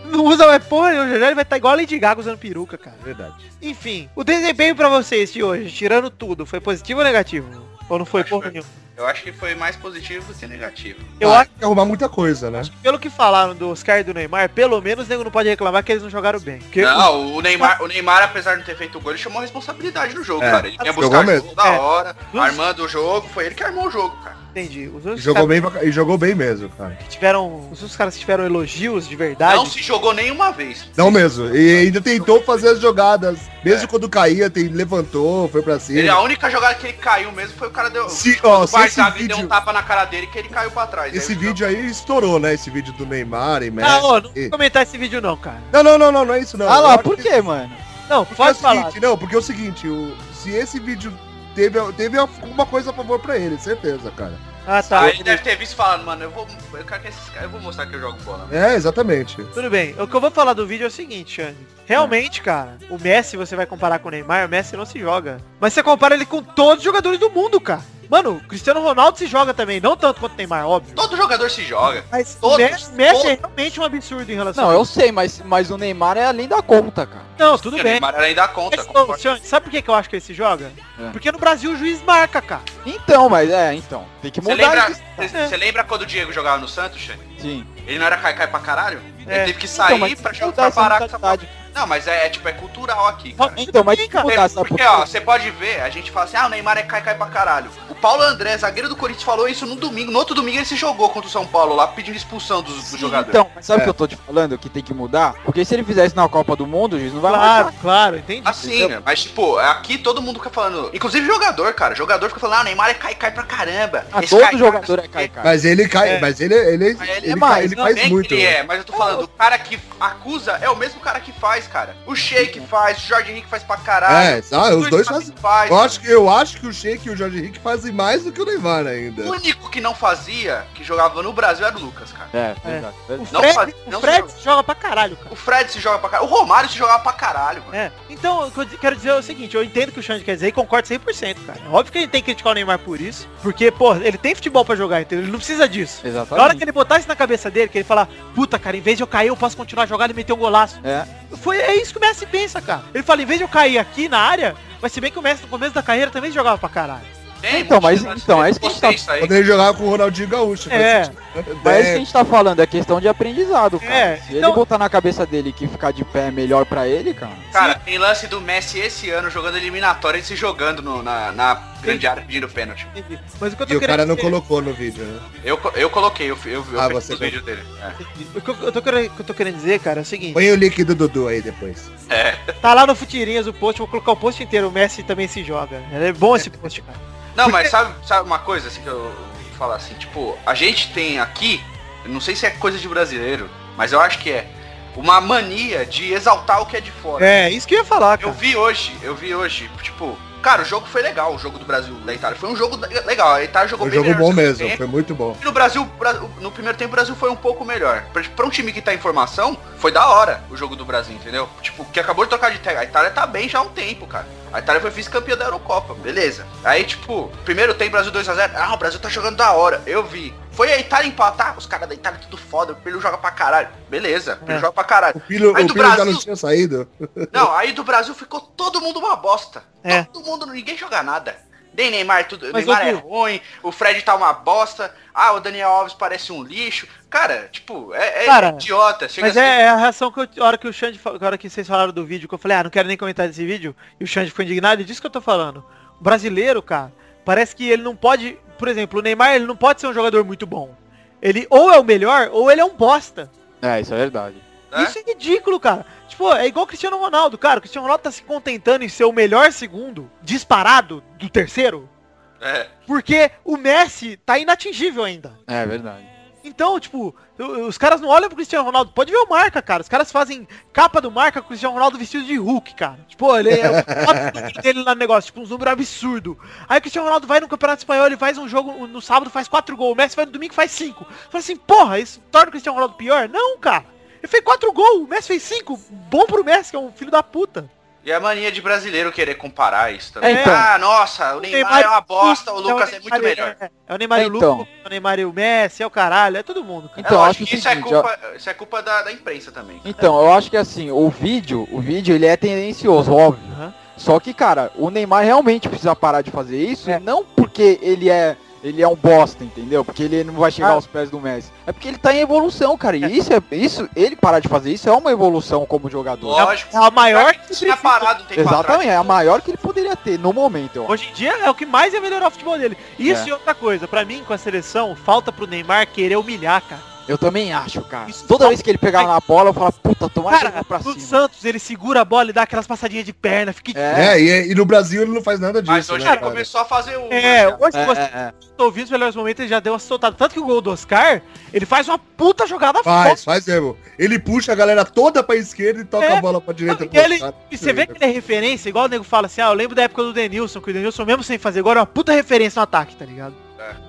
[SPEAKER 1] Não usa mais porra nenhuma, já já ele vai estar igual a Lady Gaga usando peruca, cara.
[SPEAKER 7] Verdade.
[SPEAKER 1] Enfim, o desempenho pra vocês de hoje, tirando tudo, foi positivo ou negativo? Ou não foi
[SPEAKER 5] Acho
[SPEAKER 1] porra
[SPEAKER 5] que-
[SPEAKER 1] nenhuma?
[SPEAKER 5] Eu acho que foi mais positivo do que negativo.
[SPEAKER 1] Eu
[SPEAKER 7] Ah,
[SPEAKER 1] acho
[SPEAKER 7] tem que arrumar muita coisa, né?
[SPEAKER 1] que pelo que falaram do Oscar e do Neymar, pelo menos o nego não pode reclamar que eles não jogaram bem. Porque
[SPEAKER 5] Não, o Neymar, o Neymar, apesar de não ter feito o gol, ele chamou a responsabilidade no jogo,
[SPEAKER 7] É.
[SPEAKER 5] cara. Ele ia
[SPEAKER 7] Jogou
[SPEAKER 5] buscar
[SPEAKER 7] mesmo.
[SPEAKER 5] jogo da
[SPEAKER 1] É.
[SPEAKER 5] hora,
[SPEAKER 1] Nossa.
[SPEAKER 5] armando o jogo, foi ele que armou o jogo, cara.
[SPEAKER 1] entendi. Os únicos
[SPEAKER 7] Jogou
[SPEAKER 1] caras
[SPEAKER 7] bem, pra ca- e jogou bem mesmo, cara.
[SPEAKER 1] que tiveram. Os únicos caras que tiveram elogios de
[SPEAKER 5] Não
[SPEAKER 1] verdade.
[SPEAKER 5] se jogou nenhuma vez.
[SPEAKER 7] Não mesmo. E ainda tentou fazer as jogadas. Mesmo quando caía, tem, levantou, foi pra cima.
[SPEAKER 5] Ele, a única jogada que ele caiu mesmo foi o cara deu.
[SPEAKER 7] Se- ó,
[SPEAKER 5] o
[SPEAKER 7] se esse
[SPEAKER 5] Barzaga deu um
[SPEAKER 7] vídeo-
[SPEAKER 5] tapa na cara dele que ele um caiu pra trás.
[SPEAKER 7] Esse
[SPEAKER 5] Aí,
[SPEAKER 7] vídeo aí estourou, né? Esse vídeo do Neymar e Messi.
[SPEAKER 1] Ah, ô, não vou comentar esse vídeo não, cara.
[SPEAKER 7] Não, não, não, não, não é isso não.
[SPEAKER 6] Ah lá,
[SPEAKER 7] Eu acho
[SPEAKER 6] por
[SPEAKER 7] que-
[SPEAKER 6] quê, mano?
[SPEAKER 1] Não,
[SPEAKER 7] Porque é
[SPEAKER 1] pode
[SPEAKER 7] o
[SPEAKER 1] falar.
[SPEAKER 7] seguinte, não, porque é o seguinte, o, se esse vídeo teve, teve alguma coisa a favor pra ele, certeza, cara.
[SPEAKER 1] Ah, tá.
[SPEAKER 7] é
[SPEAKER 5] Tá, ele deve ter visto falando, mano, eu vou. Eu quero que esses caras. Eu vou mostrar que eu jogo bola.
[SPEAKER 7] É, exatamente.
[SPEAKER 1] Tudo bem. O que eu vou falar do vídeo é o seguinte, Andy. Realmente, cara, o Messi você vai comparar com o Neymar, o Messi não se joga. Mas você compara ele com todos os jogadores do mundo, cara. Mano, o Cristiano Ronaldo se joga também, não tanto quanto o Neymar, óbvio.
[SPEAKER 5] Todo jogador se joga.
[SPEAKER 1] Mas o
[SPEAKER 5] todos,
[SPEAKER 1] Messi, Messi é
[SPEAKER 5] todos.
[SPEAKER 1] realmente um absurdo em relação
[SPEAKER 6] Não,
[SPEAKER 1] a
[SPEAKER 6] eu sei, mas, mas o Neymar é além da conta, cara.
[SPEAKER 1] Não, tudo
[SPEAKER 5] Porque
[SPEAKER 1] bem.
[SPEAKER 5] O Neymar além da
[SPEAKER 1] Mas,
[SPEAKER 5] conta.
[SPEAKER 1] ô,
[SPEAKER 5] concordo.
[SPEAKER 1] Xande, sabe por que, que eu acho que ele se joga?
[SPEAKER 6] É.
[SPEAKER 1] Porque no Brasil o juiz marca, cara.
[SPEAKER 6] Então, mas é, então. Tem que
[SPEAKER 5] Você
[SPEAKER 6] mudar
[SPEAKER 5] lembra,
[SPEAKER 6] isso.
[SPEAKER 5] você- você lembra quando o Diego jogava no Santos, Xande?
[SPEAKER 6] Sim.
[SPEAKER 5] Ele não era caicai pra caralho?
[SPEAKER 1] É.
[SPEAKER 5] Ele teve que sair
[SPEAKER 6] então, mas tem
[SPEAKER 5] pra
[SPEAKER 6] que
[SPEAKER 5] jogar
[SPEAKER 6] mudar
[SPEAKER 5] pra
[SPEAKER 6] essa
[SPEAKER 5] parar com essa bola.
[SPEAKER 6] mentalidade.
[SPEAKER 5] Não, mas é, é, tipo, é cultural aqui, cara.
[SPEAKER 6] Então, mas tem que
[SPEAKER 1] Cara,
[SPEAKER 6] mudar essa
[SPEAKER 5] É, Porque, ó, você pode ver, a gente fala assim, ah, o Neymar é cai, cai pra caralho. O Paulo André, zagueiro do Corinthians, falou isso no domingo. No outro domingo ele se jogou contra o São Paulo lá, pedindo expulsão dos, dos jogadores.
[SPEAKER 6] Então, mas sabe o que eu tô te falando que tem que mudar? Porque se ele fizer isso na Copa do Mundo, gente, não vai
[SPEAKER 1] Claro,
[SPEAKER 6] marcar.
[SPEAKER 1] claro, entendi.
[SPEAKER 5] Assim, né? mas tipo, aqui todo mundo fica falando, inclusive jogador, cara. Jogador fica falando, ah, o Neymar é cai, cai pra caramba.
[SPEAKER 6] Ah,
[SPEAKER 5] Esse
[SPEAKER 6] todo
[SPEAKER 5] cai-cai,
[SPEAKER 6] jogador é
[SPEAKER 5] não sei o
[SPEAKER 6] cai,
[SPEAKER 5] quê.
[SPEAKER 6] cara.
[SPEAKER 7] Mas ele cai,
[SPEAKER 1] É.
[SPEAKER 7] mas ele, ele, ele,
[SPEAKER 5] Mas ele é
[SPEAKER 7] cai-
[SPEAKER 6] mais,
[SPEAKER 7] ele
[SPEAKER 5] Não,
[SPEAKER 7] faz
[SPEAKER 5] bem que
[SPEAKER 7] muito. né?
[SPEAKER 5] ele é, mas eu tô falando, o cara que acusa é o mesmo cara que faz, cara. O Sheik faz, o Jorge Henrique faz pra caralho.
[SPEAKER 7] É, tá, os
[SPEAKER 5] O
[SPEAKER 7] dois
[SPEAKER 5] Luiz
[SPEAKER 7] fazem.
[SPEAKER 5] faz.
[SPEAKER 7] Eu acho, que- eu acho que o Sheik e o Jorge Henrique fazem mais do que o Neymar ainda.
[SPEAKER 5] O único que não fazia, que jogava no Brasil, era o Lucas, cara.
[SPEAKER 6] É, verdade.
[SPEAKER 1] O
[SPEAKER 6] verdade.
[SPEAKER 5] Não
[SPEAKER 1] Fred,
[SPEAKER 5] faz-
[SPEAKER 1] o
[SPEAKER 5] não
[SPEAKER 1] Fred
[SPEAKER 5] se joga.
[SPEAKER 1] se joga pra caralho, cara.
[SPEAKER 5] O Fred se joga pra caralho. O Romário se jogava pra caralho, mano.
[SPEAKER 1] É. Então, o que eu di- quero dizer é o seguinte, eu entendo o que o Xande quer dizer e concordo 100%, cara. É Óbvio que a gente tem que criticar o Neymar por isso, porque, pô, ele tem futebol pra jogar, entendeu? Ele não precisa disso.
[SPEAKER 6] Exatamente.
[SPEAKER 1] Na hora que ele botar isso na cabeça dele, que ele falar, puta, cara, em vez de eu cair, eu posso continuar jogando e meter um golaço.
[SPEAKER 6] É.
[SPEAKER 1] Foi, é isso que o Messi pensa, cara. Ele fala, em vez de eu cair aqui na área, mas se bem que o Messi no começo da carreira também jogava pra caralho.
[SPEAKER 5] Tem
[SPEAKER 6] Então,
[SPEAKER 5] muitos
[SPEAKER 6] mas-
[SPEAKER 5] jogadores
[SPEAKER 6] então, é
[SPEAKER 5] que
[SPEAKER 6] isso que a gente
[SPEAKER 5] gostei disso aí.
[SPEAKER 7] Quando ele jogava com o Ronaldinho Gaúcho. né?
[SPEAKER 1] É.
[SPEAKER 6] Mas é isso que a
[SPEAKER 7] é,
[SPEAKER 6] gente tá falando, é questão de aprendizado, cara.
[SPEAKER 1] É,
[SPEAKER 6] Se
[SPEAKER 1] então-
[SPEAKER 6] ele botar na cabeça dele que ficar de pé é melhor pra ele, cara.
[SPEAKER 5] Cara, tem lance do Messi esse ano jogando eliminatória e se jogando no- na, na grande área pedindo pênalti.
[SPEAKER 1] Entendi. Mas o que eu tô
[SPEAKER 7] e o
[SPEAKER 1] querendo
[SPEAKER 7] cara não
[SPEAKER 1] dizer-
[SPEAKER 7] colocou no vídeo, né?
[SPEAKER 5] Eu, co- eu coloquei, eu, fi- eu, eu
[SPEAKER 7] Ah,
[SPEAKER 5] fiz
[SPEAKER 7] você
[SPEAKER 5] os vídeos dele.
[SPEAKER 1] O que eu, eu tô querendo, o que eu tô querendo dizer, cara, é o seguinte.
[SPEAKER 7] Põe o link do Dudu aí depois.
[SPEAKER 1] Tá lá no Futirinhas o post, eu vou colocar o post inteiro, o Messi também se joga. É bom esse post, cara.
[SPEAKER 5] Não, mas sabe, sabe uma coisa assim que eu vou falar assim, tipo, a gente tem aqui, eu não sei se é coisa de brasileiro, mas eu acho que é, uma mania de exaltar o que é de fora.
[SPEAKER 1] É, isso que eu ia falar,
[SPEAKER 5] Eu
[SPEAKER 1] cara.
[SPEAKER 5] vi hoje, eu vi hoje, tipo, cara, o jogo foi legal, o jogo do Brasil da Itália. Foi um jogo le- legal, a Itália jogou
[SPEAKER 7] Foi um
[SPEAKER 5] bem
[SPEAKER 7] jogo
[SPEAKER 5] melhor no
[SPEAKER 7] bom
[SPEAKER 5] segundo
[SPEAKER 7] mesmo,
[SPEAKER 5] tempo.
[SPEAKER 7] foi muito bom.
[SPEAKER 5] E no Brasil, Bra- no primeiro tempo, o Brasil foi um pouco melhor. Pra- Pra um time que tá em formação, foi da hora o jogo do Brasil, entendeu? Tipo, que acabou de trocar de técnico. A Itália tá bem já há um tempo, cara. A Itália foi vice-campeã da Eurocopa, beleza. Aí, tipo, primeiro tempo, Brasil 2x0. Ah, o Brasil tá jogando da hora. Eu vi. Foi a Itália empatar? Os caras da Itália tudo foda. O Pirlo joga pra caralho. Beleza, o Pirlo
[SPEAKER 1] É.
[SPEAKER 5] joga pra caralho.
[SPEAKER 7] O Pilo, o
[SPEAKER 5] Aí do
[SPEAKER 7] Pirlo já
[SPEAKER 5] Brasil-
[SPEAKER 7] não tinha saído.
[SPEAKER 5] Não, aí do Brasil ficou todo mundo uma bosta.
[SPEAKER 1] É.
[SPEAKER 5] Todo mundo, ninguém joga nada. Nem Neymar, tudo,
[SPEAKER 1] Mas,
[SPEAKER 5] Neymar
[SPEAKER 1] ô,
[SPEAKER 5] é
[SPEAKER 1] Gil.
[SPEAKER 5] ruim, o Fred tá uma bosta, ah, o Daniel Alves parece um lixo. Cara, tipo, é, é
[SPEAKER 1] Cara,
[SPEAKER 5] idiota. Chega
[SPEAKER 1] Mas
[SPEAKER 5] assim, a ser-
[SPEAKER 1] é, é a reação que eu, a hora que o Xande, fa- a hora que vocês falaram do vídeo, que eu falei, ah, não quero nem comentar desse vídeo, e o Xande ficou indignado, e disso que eu tô falando. O brasileiro, cara, parece que ele não pode, por exemplo, o Neymar, ele não pode ser um jogador muito bom. Ele ou é o melhor, ou ele é um bosta.
[SPEAKER 6] É, isso é verdade.
[SPEAKER 5] É?
[SPEAKER 1] Isso é ridículo, cara. Tipo, é igual o Cristiano Ronaldo, cara. O Cristiano Ronaldo tá se contentando em ser o melhor segundo, disparado, do terceiro,
[SPEAKER 5] é.
[SPEAKER 1] porque o Messi tá inatingível ainda.
[SPEAKER 6] É verdade.
[SPEAKER 1] Então, tipo, o- os caras não olham pro Cristiano Ronaldo. Pode ver o marca, cara. Os caras fazem capa do marca com o Cristiano Ronaldo vestido de Hulk, cara. Tipo, ele é bota o número dele lá no negócio, tipo, um número absurdo. Aí o Cristiano Ronaldo vai no Campeonato Espanhol, ele faz um jogo no sábado, faz quatro gols. O Messi vai no domingo e faz cinco. Fala assim, porra, isso torna o Cristiano Ronaldo pior? Não, cara. Ele fez quatro gols, o Messi fez cinco. Bom pro Messi, que é um filho da puta.
[SPEAKER 5] E a mania de brasileiro querer comparar isso também.
[SPEAKER 6] É, então.
[SPEAKER 5] Ah, nossa, o Neymar, é uma bosta, o Lucas é, muito
[SPEAKER 1] Neymar-
[SPEAKER 5] melhor.
[SPEAKER 1] É, é o Neymar e o
[SPEAKER 6] É, então.
[SPEAKER 1] Lucas, é o Neymar e o Messi, é o caralho, é todo mundo, cara.
[SPEAKER 5] é
[SPEAKER 6] Então, eu
[SPEAKER 5] lógico
[SPEAKER 6] acho
[SPEAKER 5] que
[SPEAKER 6] que
[SPEAKER 5] isso é
[SPEAKER 6] seguinte, ó.
[SPEAKER 5] culpa, isso é culpa da, da imprensa também.
[SPEAKER 6] Então, eu acho que assim, o vídeo, o vídeo ele é tendencioso, óbvio.
[SPEAKER 1] Aham.
[SPEAKER 6] Só que, cara, o Neymar realmente precisa parar de fazer isso, e não porque ele é ele é um bosta, entendeu? Porque ele não vai chegar
[SPEAKER 1] Ah.
[SPEAKER 6] aos pés do Messi. É porque ele tá em evolução, cara. E isso é isso, ele parar de fazer isso é uma evolução como jogador.
[SPEAKER 5] Lógico.
[SPEAKER 1] É a maior
[SPEAKER 5] que tinha parado um tempo atrás.
[SPEAKER 6] Exatamente, é a maior que ele poderia ter no momento, eu acho.
[SPEAKER 1] Hoje em dia é o que mais é melhorar o futebol dele. Isso
[SPEAKER 6] É.
[SPEAKER 1] e outra coisa, pra mim com a seleção, falta pro Neymar querer humilhar, cara.
[SPEAKER 6] Eu também acho, cara.
[SPEAKER 1] Isso
[SPEAKER 6] Toda
[SPEAKER 1] não-
[SPEAKER 6] vez que ele pegar na bola, eu falo, puta, tomara que ele
[SPEAKER 1] Cara,
[SPEAKER 6] vá pra
[SPEAKER 1] o
[SPEAKER 6] cima.
[SPEAKER 1] Santos, ele segura a bola e dá aquelas passadinhas de perna, fica
[SPEAKER 6] É,
[SPEAKER 7] É, e, e no Brasil ele não faz nada disso.
[SPEAKER 5] Mas hoje
[SPEAKER 7] né,
[SPEAKER 5] ele
[SPEAKER 7] cara?
[SPEAKER 5] começou a fazer um o.
[SPEAKER 1] É, hoje
[SPEAKER 6] é,
[SPEAKER 1] você
[SPEAKER 6] é, é.
[SPEAKER 1] tá ouvindo os melhores momentos, ele já deu uma soltada. Tanto que o gol do Oscar, ele faz uma puta jogada
[SPEAKER 7] Faz, faz mesmo. Ele puxa a galera toda pra esquerda e toca
[SPEAKER 1] É.
[SPEAKER 7] a bola pra direita.
[SPEAKER 1] E
[SPEAKER 7] pro
[SPEAKER 1] ele-
[SPEAKER 7] outro lado.
[SPEAKER 1] E você vê que ele é referência, igual o nego fala assim, ah, eu lembro da época do Denilson, que o Denilson mesmo sem fazer agora é uma puta referência no ataque, tá ligado?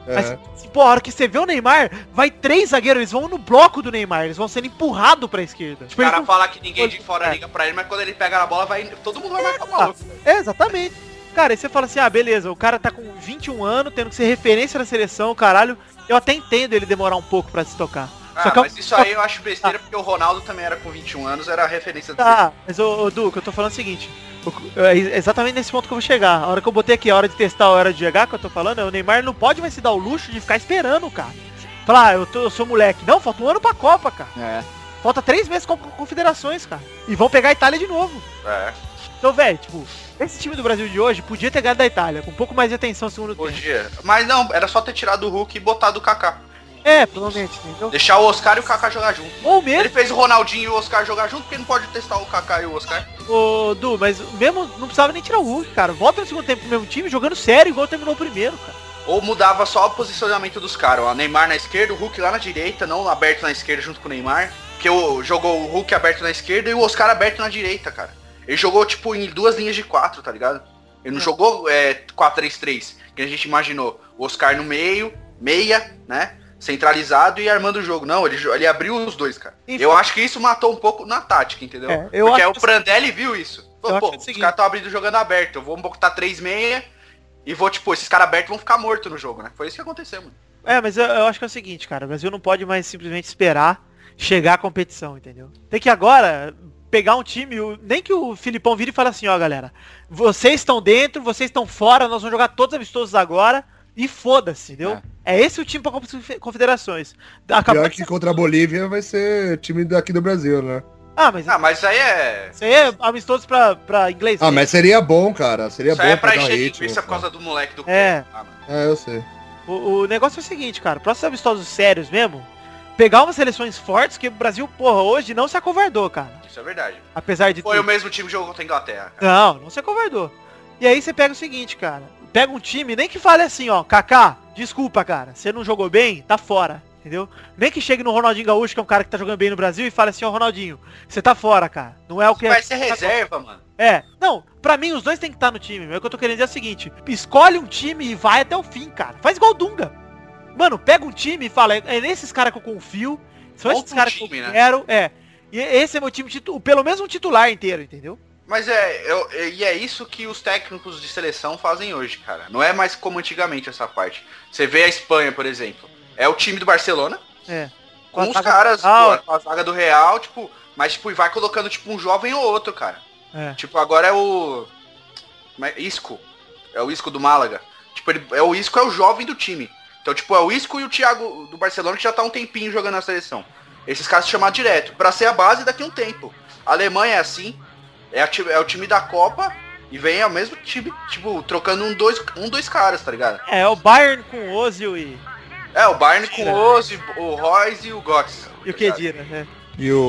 [SPEAKER 7] É.
[SPEAKER 1] Mas, se, pô, a hora que você vê o Neymar, vai três zagueiros, eles vão no bloco do Neymar, eles vão sendo empurrados pra esquerda.
[SPEAKER 5] O
[SPEAKER 1] Tipo, eles
[SPEAKER 5] cara
[SPEAKER 1] não-
[SPEAKER 5] fala que ninguém de fora
[SPEAKER 1] É.
[SPEAKER 5] liga pra ele, mas quando ele pega na bola, vai. Todo mundo vai marcar o maluco.
[SPEAKER 1] É, exatamente. Cara, e você fala assim, ah, beleza, o cara tá com 21 anos, tendo que ser referência na seleção, caralho. Eu até entendo ele demorar um pouco pra se tocar.
[SPEAKER 5] Ah,
[SPEAKER 1] Só que é um-
[SPEAKER 5] mas isso aí eu acho besteira, porque o Ronaldo também era com 21 anos, era a referência do
[SPEAKER 1] Tá, mas ô, ô Duca, eu tô falando o seguinte. o- é exatamente nesse ponto que eu vou chegar. A hora que eu botei aqui, a hora de testar, a hora de jogar, que eu tô falando, é o Neymar não pode mais se dar o luxo de ficar esperando, cara. Falar, ah, eu, tô- eu sou moleque. Não, falta um ano pra Copa, cara.
[SPEAKER 6] É.
[SPEAKER 1] Falta três meses com confederações, cara. E vão pegar a Itália de novo.
[SPEAKER 5] É,
[SPEAKER 1] Então, velho, tipo, esse time do Brasil de hoje podia ter ganhado da Itália, com um pouco mais de atenção no segundo tempo.
[SPEAKER 5] podia. Mas não, era só ter tirado o Hulk e botado o Kaká.
[SPEAKER 1] É, provavelmente, entendeu?
[SPEAKER 5] Deixar o Oscar e o Kaká jogar junto.
[SPEAKER 1] Ou
[SPEAKER 5] Ele
[SPEAKER 1] mesmo,
[SPEAKER 5] fez o Ronaldinho e o Oscar jogar junto, porque não pode testar o Kaká e o Oscar.
[SPEAKER 1] ô, Du, mas mesmo não precisava nem tirar o Hulk, cara. Volta no segundo tempo pro mesmo time, jogando sério, igual terminou o primeiro, cara.
[SPEAKER 5] Ou mudava só o posicionamento dos caras. ó. Neymar na esquerda, o Hulk lá na direita, não aberto na esquerda junto com o Neymar. Porque o, jogou o Hulk aberto na esquerda e o Oscar aberto na direita, cara. Ele jogou, tipo, em duas linhas de quatro, tá ligado? Ele não
[SPEAKER 1] Hum.
[SPEAKER 5] jogou é, 4-3-3, que a gente imaginou. O Oscar no meio, meia, né? Centralizado e armando o jogo. Não, ele, jo- ele abriu os dois, cara.
[SPEAKER 1] Enfim.
[SPEAKER 5] Eu acho que isso matou um pouco na tática, entendeu?
[SPEAKER 1] É, eu
[SPEAKER 5] Porque
[SPEAKER 1] acho
[SPEAKER 5] o
[SPEAKER 1] que-
[SPEAKER 5] Prandelli viu isso.
[SPEAKER 1] Eu
[SPEAKER 5] Falou,
[SPEAKER 1] acho
[SPEAKER 5] Pô,
[SPEAKER 1] que é o
[SPEAKER 5] os
[SPEAKER 1] seguinte.
[SPEAKER 5] caras estão abrindo jogando aberto. Eu vou botar 3 meia e vou, tipo, esses caras abertos vão ficar mortos no jogo, né? Foi isso que aconteceu, mano.
[SPEAKER 1] É, mas eu, eu acho que é o seguinte, cara. O Brasil não pode mais simplesmente esperar chegar à competição, entendeu? Tem que agora pegar um time, o- nem que o Filipão vire e fale assim, ó, galera, vocês estão dentro, vocês estão fora, nós vamos jogar todos amistosos agora e foda-se, entendeu? É. esse o time pra Copa das Confederações. Acabou
[SPEAKER 7] Pior
[SPEAKER 1] de
[SPEAKER 7] que
[SPEAKER 1] ser-
[SPEAKER 7] contra a Bolívia vai ser time daqui do Brasil, né?
[SPEAKER 1] Ah, mas
[SPEAKER 5] Ah, mas isso aí é.
[SPEAKER 1] isso aí é amistoso pra, pra inglês. né?
[SPEAKER 7] Ah, mas seria bom, cara. Seria
[SPEAKER 5] Isso
[SPEAKER 7] bom
[SPEAKER 5] aí é pra
[SPEAKER 7] dar
[SPEAKER 5] encher de
[SPEAKER 7] ritmo,
[SPEAKER 5] linguiça por
[SPEAKER 7] cara.
[SPEAKER 5] causa do moleque do
[SPEAKER 1] É.
[SPEAKER 5] Pedro. Ah, mano.
[SPEAKER 7] É, eu sei.
[SPEAKER 1] O, o negócio é o seguinte, cara, próximos amistosos sérios mesmo, pegar umas seleções fortes, que o Brasil, porra, hoje não se acovardou, cara.
[SPEAKER 5] Isso é verdade.
[SPEAKER 1] Apesar de
[SPEAKER 5] Foi
[SPEAKER 1] tudo.
[SPEAKER 5] o mesmo time que jogou contra a Inglaterra. cara.
[SPEAKER 1] Não, não se acovardou. E aí você pega o seguinte, cara. Pega um time, nem que fale assim, ó, Kaká, desculpa, cara, você não jogou bem, tá fora, entendeu? Nem que chegue no Ronaldinho Gaúcho, que é um cara que tá jogando bem no Brasil, e fale assim, ó, Ronaldinho, você tá fora, cara. Não é o que...
[SPEAKER 5] Vai ser reserva, mano.
[SPEAKER 1] É, não, pra mim os dois tem que estar no time, meu. O que eu tô querendo dizer é o seguinte, escolhe um time e vai até o fim, cara. Faz igual o Dunga. Mano, pega um time e fala, é nesses caras que eu confio, são
[SPEAKER 5] Monta
[SPEAKER 1] esses
[SPEAKER 5] um
[SPEAKER 1] caras que eu
[SPEAKER 5] time, né?
[SPEAKER 1] quero, é. E esse é meu time, titu- pelo menos um titular inteiro, entendeu?
[SPEAKER 5] Mas é, eu- é- e é isso que os técnicos de seleção fazem hoje, cara. Não é mais como antigamente essa parte. Você vê a Espanha, por exemplo. É o time do Barcelona.
[SPEAKER 1] É. Com a
[SPEAKER 5] Com os
[SPEAKER 1] zaga
[SPEAKER 5] caras,
[SPEAKER 1] do Real.
[SPEAKER 5] pô, com a zaga do Real, tipo, mas tipo, e vai colocando tipo um jovem ou outro, cara.
[SPEAKER 1] É.
[SPEAKER 5] Tipo, agora é o como é? Isco. É o Isco do Málaga. Tipo, ele, é o Isco é o jovem do time. Então, tipo, é o Isco e o Thiago do Barcelona que já tá há um tempinho jogando na seleção. Esses caras se chamar direto, pra ser a base daqui a um tempo. A Alemanha é assim, é, a ti- é o time da Copa e vem é o mesmo time, tipo, trocando um dois, um, dois caras, tá ligado?
[SPEAKER 1] É, o Bayern com o Ozil e,
[SPEAKER 5] É, o Bayern com o Ozzy, o Royce e o Götze. tá
[SPEAKER 1] e o Kedira, né?
[SPEAKER 7] E o,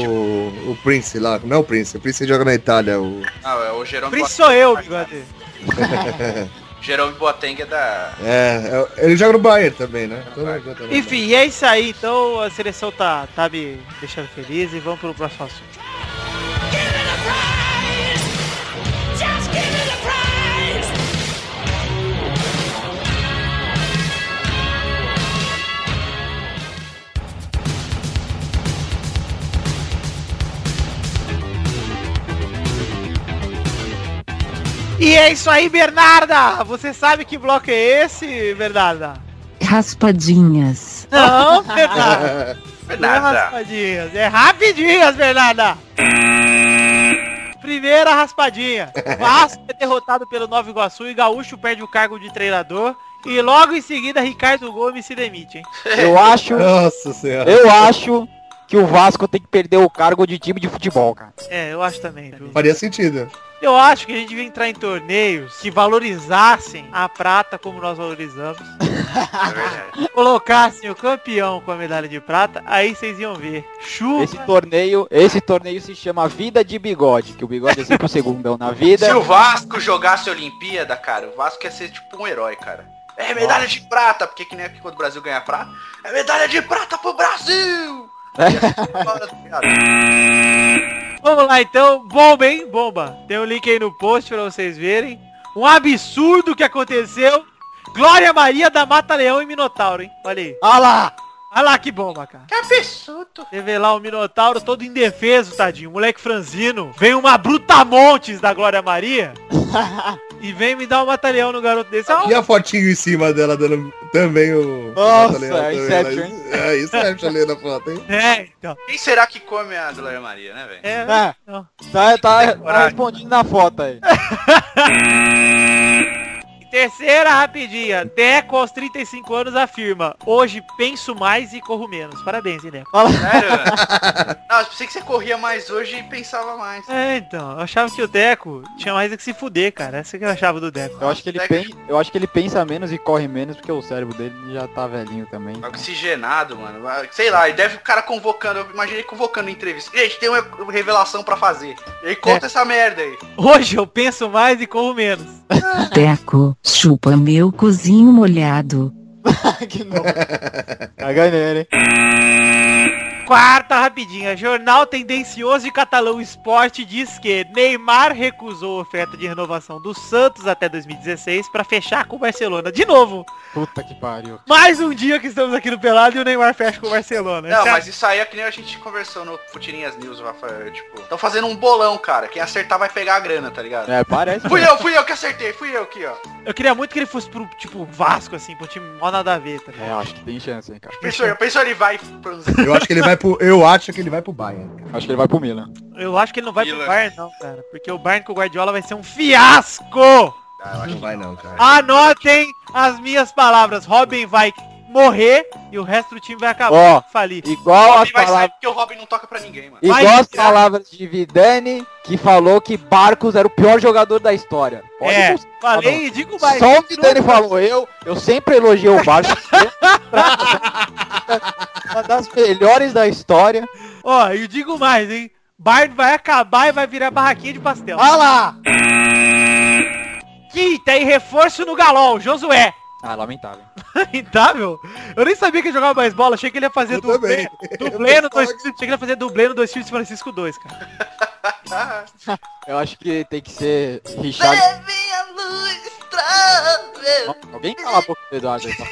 [SPEAKER 7] o Prince lá, não é o Prince, o Prince joga na Itália. O...
[SPEAKER 5] Ah, é o Jerome
[SPEAKER 1] Prince sou eu, bigode.
[SPEAKER 5] Jerome Boateng é da...
[SPEAKER 7] é, é, ele joga no Bayern também, né? Então, também.
[SPEAKER 1] Enfim, e é isso aí. Então a seleção tá, tá me deixando feliz e vamos pro próximo assunto.
[SPEAKER 10] Just give me the prize.
[SPEAKER 1] E é isso aí, Bernarda! Você sabe que bloco é esse, Bernarda?
[SPEAKER 2] Raspadinhas.
[SPEAKER 1] Não, Bernarda! Não é
[SPEAKER 5] Bernarda.
[SPEAKER 1] raspadinhas, é rapidinhas, Bernarda! Primeira raspadinha. Vasco é derrotado pelo Nova Iguaçu e Gaúcho perde o cargo de treinador. E logo em seguida, Ricardo Gomes se demite, hein?
[SPEAKER 6] Eu acho,
[SPEAKER 7] Nossa senhora.
[SPEAKER 6] eu acho que o Vasco tem que perder o cargo de time de futebol, cara.
[SPEAKER 1] É, eu acho também. viu?
[SPEAKER 7] Faria sentido.
[SPEAKER 1] Eu acho que a gente devia entrar em torneios que valorizassem a prata como nós valorizamos.
[SPEAKER 5] É verdade.
[SPEAKER 1] Colocassem o campeão com a medalha de prata, aí vocês iam ver.
[SPEAKER 6] Esse
[SPEAKER 1] Chuva.
[SPEAKER 6] torneio, esse torneio se chama Vida de Bigode, que o bigode é sempre o segundão na vida.
[SPEAKER 5] Se o Vasco jogasse Olimpíada, cara, o Vasco ia ser tipo um herói, cara. É medalha de prata, porque que nem aqui quando o Brasil ganha prata. É medalha de prata pro Brasil! Ia ser da hora, tá ligado?
[SPEAKER 1] Vamos lá então, bomba, hein? Bomba. Tem um link aí no post pra vocês verem. Um absurdo que aconteceu. Glória Maria da Mata Leão e Minotauro, hein? Olha aí.
[SPEAKER 6] Ah lá!
[SPEAKER 1] Olha lá que bomba, cara.
[SPEAKER 5] Que absurdo!
[SPEAKER 1] Teve lá o Minotauro todo indefeso, tadinho. Moleque franzino. Vem uma Brutamontes da Glória Maria. e vem me dar um batalhão no garoto desse. Ah,
[SPEAKER 7] E a fotinho em cima dela dando também o.
[SPEAKER 6] Nossa,
[SPEAKER 7] Leandro, também,
[SPEAKER 6] Inception,
[SPEAKER 7] né? É, Inception ali na foto, hein?
[SPEAKER 1] É, então.
[SPEAKER 5] Quem será que come a Glória Maria, né, velho?
[SPEAKER 1] É,
[SPEAKER 6] É,
[SPEAKER 1] então.
[SPEAKER 6] tá, tá, tá respondendo na foto aí.
[SPEAKER 1] E Terceira rapidinha. Deco aos 35 anos afirma. Hoje penso mais e corro menos. Parabéns, hein, Deco.
[SPEAKER 5] Sério? Não, eu pensei que você corria mais hoje e pensava mais.
[SPEAKER 1] É, então. Eu achava que o Deco tinha mais é que se fuder, cara. Essa que eu achava do Deco.
[SPEAKER 6] Eu acho, que ele pen- eu acho que ele pensa menos e corre menos, porque o cérebro dele já tá velhinho também.
[SPEAKER 5] É Oxigenado, mano. Sei lá, ele deve o cara convocando. Eu imaginei ele convocando em entrevista. Gente, tem uma revelação pra fazer. Ele
[SPEAKER 6] É.
[SPEAKER 5] conta essa merda aí.
[SPEAKER 1] Hoje eu penso mais e corro menos.
[SPEAKER 2] Teco, chupa meu cozinho molhado.
[SPEAKER 6] que não. Tá ganhando, hein?
[SPEAKER 1] Quarta rapidinha. Jornal tendencioso e catalão esporte diz que Neymar recusou a oferta de renovação do Santos até 2016 para fechar com o Barcelona. De novo,
[SPEAKER 6] Puta que pariu.
[SPEAKER 1] mais um dia que estamos aqui no Pelado e o Neymar fecha com o Barcelona.
[SPEAKER 5] Não,
[SPEAKER 1] Essa-
[SPEAKER 5] mas isso aí é que nem a gente conversou no Futirinhas News, Rafael. Tipo, tão fazendo um bolão, cara. Quem acertar vai pegar a grana, tá ligado?
[SPEAKER 6] É, parece.
[SPEAKER 5] Fui eu, fui eu que acertei, fui eu aqui, ó.
[SPEAKER 1] Eu queria muito que ele fosse pro, tipo, Vasco, assim, pro time mó nada a ver, tá
[SPEAKER 6] É,
[SPEAKER 1] ligado?
[SPEAKER 6] eu acho que tem chance, hein, cara.
[SPEAKER 5] Pensou, pensou ele vai um pro
[SPEAKER 7] Eu acho que ele vai pro. Eu acho que ele vai pro Bayern.
[SPEAKER 6] Acho que ele vai pro Milan.
[SPEAKER 1] Eu acho que ele não vai pro
[SPEAKER 5] Milan.
[SPEAKER 1] Bayern, não, cara. Porque o Bayern com o Guardiola vai ser um fiasco!
[SPEAKER 7] Não vai não, cara.
[SPEAKER 1] Ah, Anotem as minhas palavras. Robin vai morrer e o resto do time vai acabar.
[SPEAKER 6] Ó,
[SPEAKER 1] Falir.
[SPEAKER 6] igual
[SPEAKER 5] Robin
[SPEAKER 6] as
[SPEAKER 5] vai sair
[SPEAKER 6] palavras.
[SPEAKER 5] porque o Robin não toca pra ninguém, mano.
[SPEAKER 1] Vai
[SPEAKER 6] Igual as
[SPEAKER 1] virar.
[SPEAKER 6] palavras de Vidani, que falou que Barcos era o pior jogador da história. Pode
[SPEAKER 1] É,
[SPEAKER 6] buscar, não.
[SPEAKER 1] falei e digo mais.
[SPEAKER 6] Só o Vidani falou, eu, eu sempre elogiei o Barcos. Uma das melhores da história.
[SPEAKER 1] Ó, eu digo mais, hein? Bard vai acabar e vai virar barraquinha de pastel.
[SPEAKER 6] Olha Tá lá!
[SPEAKER 1] Quinta e reforço no galol, Josué.
[SPEAKER 6] Ah, lamentável.
[SPEAKER 1] Lamentável. Eu nem sabia que ele jogava mais bola, achei que ele ia fazer
[SPEAKER 7] Eu
[SPEAKER 1] dublê.
[SPEAKER 7] também.
[SPEAKER 1] Dublê
[SPEAKER 7] Eu
[SPEAKER 1] no dois, achei que ele ia fazer dublê no dois filhos de Francisco 2, cara.
[SPEAKER 6] Eu acho que tem que ser Richard. Nossa, Alguém cala a boca do Eduardo aí, tá?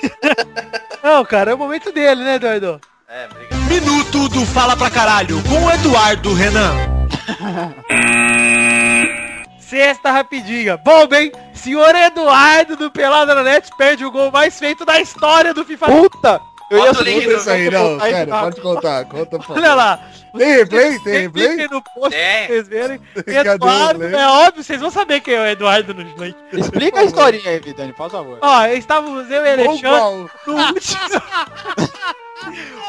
[SPEAKER 1] Não, cara, é o momento dele, né, Eduardo?
[SPEAKER 5] É, obrigado.
[SPEAKER 1] Minuto do Fala Pra Caralho com Eduardo Renan. Sexta rapidinha. Bom, bem, senhor Eduardo do Pelada na Net perde o gol mais feito da história do FIFA.
[SPEAKER 6] Puta! Eu ia
[SPEAKER 5] Bota o link
[SPEAKER 7] Conta
[SPEAKER 5] do-
[SPEAKER 7] isso aí, não, sério, pode contar, conta, por
[SPEAKER 1] Olha
[SPEAKER 7] favor.
[SPEAKER 1] lá.
[SPEAKER 7] Tem replay? Tem
[SPEAKER 1] Vocês
[SPEAKER 7] replay?
[SPEAKER 1] cliquem no post pra
[SPEAKER 5] É,
[SPEAKER 1] vocês verem.
[SPEAKER 7] Cadê o
[SPEAKER 1] Eduardo,
[SPEAKER 7] replay?
[SPEAKER 1] é óbvio, vocês vão saber quem é o Eduardo no Slay.
[SPEAKER 6] Explica a historinha aí, Vidani, faz favor.
[SPEAKER 1] Ó, estávamos eu e Alexandre
[SPEAKER 7] Bom,
[SPEAKER 1] no último...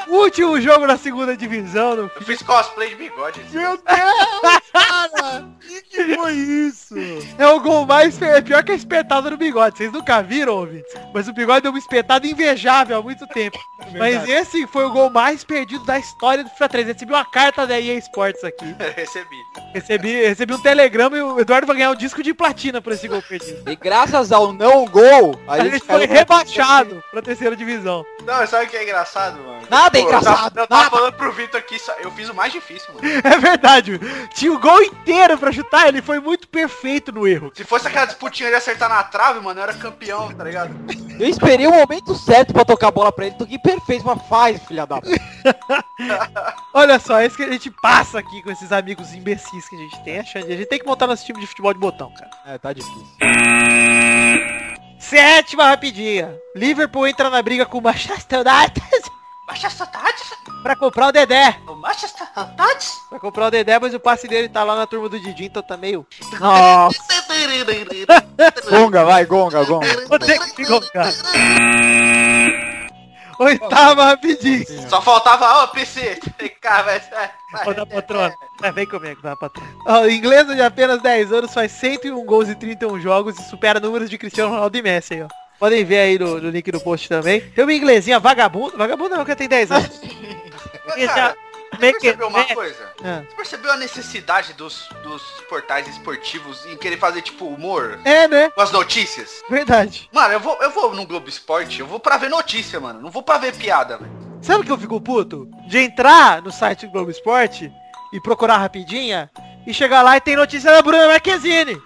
[SPEAKER 1] último jogo da segunda divisão. No...
[SPEAKER 5] eu fiz cosplay de bigode. assim,
[SPEAKER 7] Meu Deus, cara! Que que foi isso?
[SPEAKER 1] É o gol mais... fe- É pior que a espetada no bigode. Vocês nunca viram, ouvintes? Mas o bigode deu uma espetada invejável há muito tempo. Mas esse foi o gol mais perdido da história do FIFA 3. Recebi uma carta da EA Sports aqui.
[SPEAKER 5] Recebi.
[SPEAKER 1] Recebi, recebi um telegrama e o Eduardo vai ganhar um disco de platina por esse gol perdido.
[SPEAKER 6] E graças ao não gol, a,
[SPEAKER 1] A
[SPEAKER 6] gente,
[SPEAKER 1] gente foi
[SPEAKER 6] caiu pra-
[SPEAKER 1] rebaixado pra terceira divisão.
[SPEAKER 5] Não, sabe o que é engraçado, mano?
[SPEAKER 6] Nada é
[SPEAKER 5] eu tava-
[SPEAKER 6] engraçado,
[SPEAKER 5] Eu tava
[SPEAKER 6] nada.
[SPEAKER 5] falando pro Vitor que isso- eu fiz o mais difícil, mano.
[SPEAKER 1] É verdade. Tinha o gol inteiro pra chutar, ele foi muito perfeito no erro.
[SPEAKER 5] Se fosse aquela disputinha de acertar na trave, mano, eu era campeão, tá ligado?
[SPEAKER 6] Eu esperei o momento certo pra tocar a bola pra ele, toquei perfeito, mas faz, filha da puta.
[SPEAKER 1] Olha só, é isso que a gente passa aqui com esses amigos imbecis que a gente tem, achando. A gente tem que montar nosso time de futebol de botão, cara.
[SPEAKER 6] É, tá difícil.
[SPEAKER 1] Sétima rapidinha. Liverpool entra na briga com o Manchester United
[SPEAKER 5] Manchester Tades?
[SPEAKER 1] pra comprar o Dedé.
[SPEAKER 5] Manchester Tades?
[SPEAKER 1] Pra comprar o Dedé, mas o passe dele tá lá na turma do Didi, então tá meio...
[SPEAKER 6] Nossa. Gonga, vai, gonga, gonga.
[SPEAKER 1] Vou ter que colocar. Oitava rapidinha.
[SPEAKER 5] Só faltava, ó, PC. Cara, vai, sai, vai.
[SPEAKER 1] Ô, da patrona. Vai, vem comigo, da patrona. Ó, o inglês de apenas 10 anos faz 101 gols em 31 jogos e supera números de Cristiano Ronaldo e Messi aí, ó. Podem ver aí no, no link do post também. Tem uma inglesinha vagabunda. Vagabunda não, que ela tem 10 anos.
[SPEAKER 5] Mas,
[SPEAKER 1] Esse
[SPEAKER 5] cara,
[SPEAKER 1] é-
[SPEAKER 5] você percebeu uma
[SPEAKER 1] é-
[SPEAKER 5] coisa?
[SPEAKER 1] Ah.
[SPEAKER 5] Você percebeu a necessidade dos, dos portais esportivos em querer fazer, tipo, humor
[SPEAKER 1] É, né?
[SPEAKER 5] com as notícias?
[SPEAKER 1] Verdade.
[SPEAKER 5] Mano, eu vou, eu vou no Globo Esporte, eu vou pra ver notícia, mano. Não vou pra ver piada, velho.
[SPEAKER 1] Sabe o que eu fico puto? De entrar no site do Globo Esporte e procurar rapidinha e chegar lá e tem notícia da Bruna Marquezine.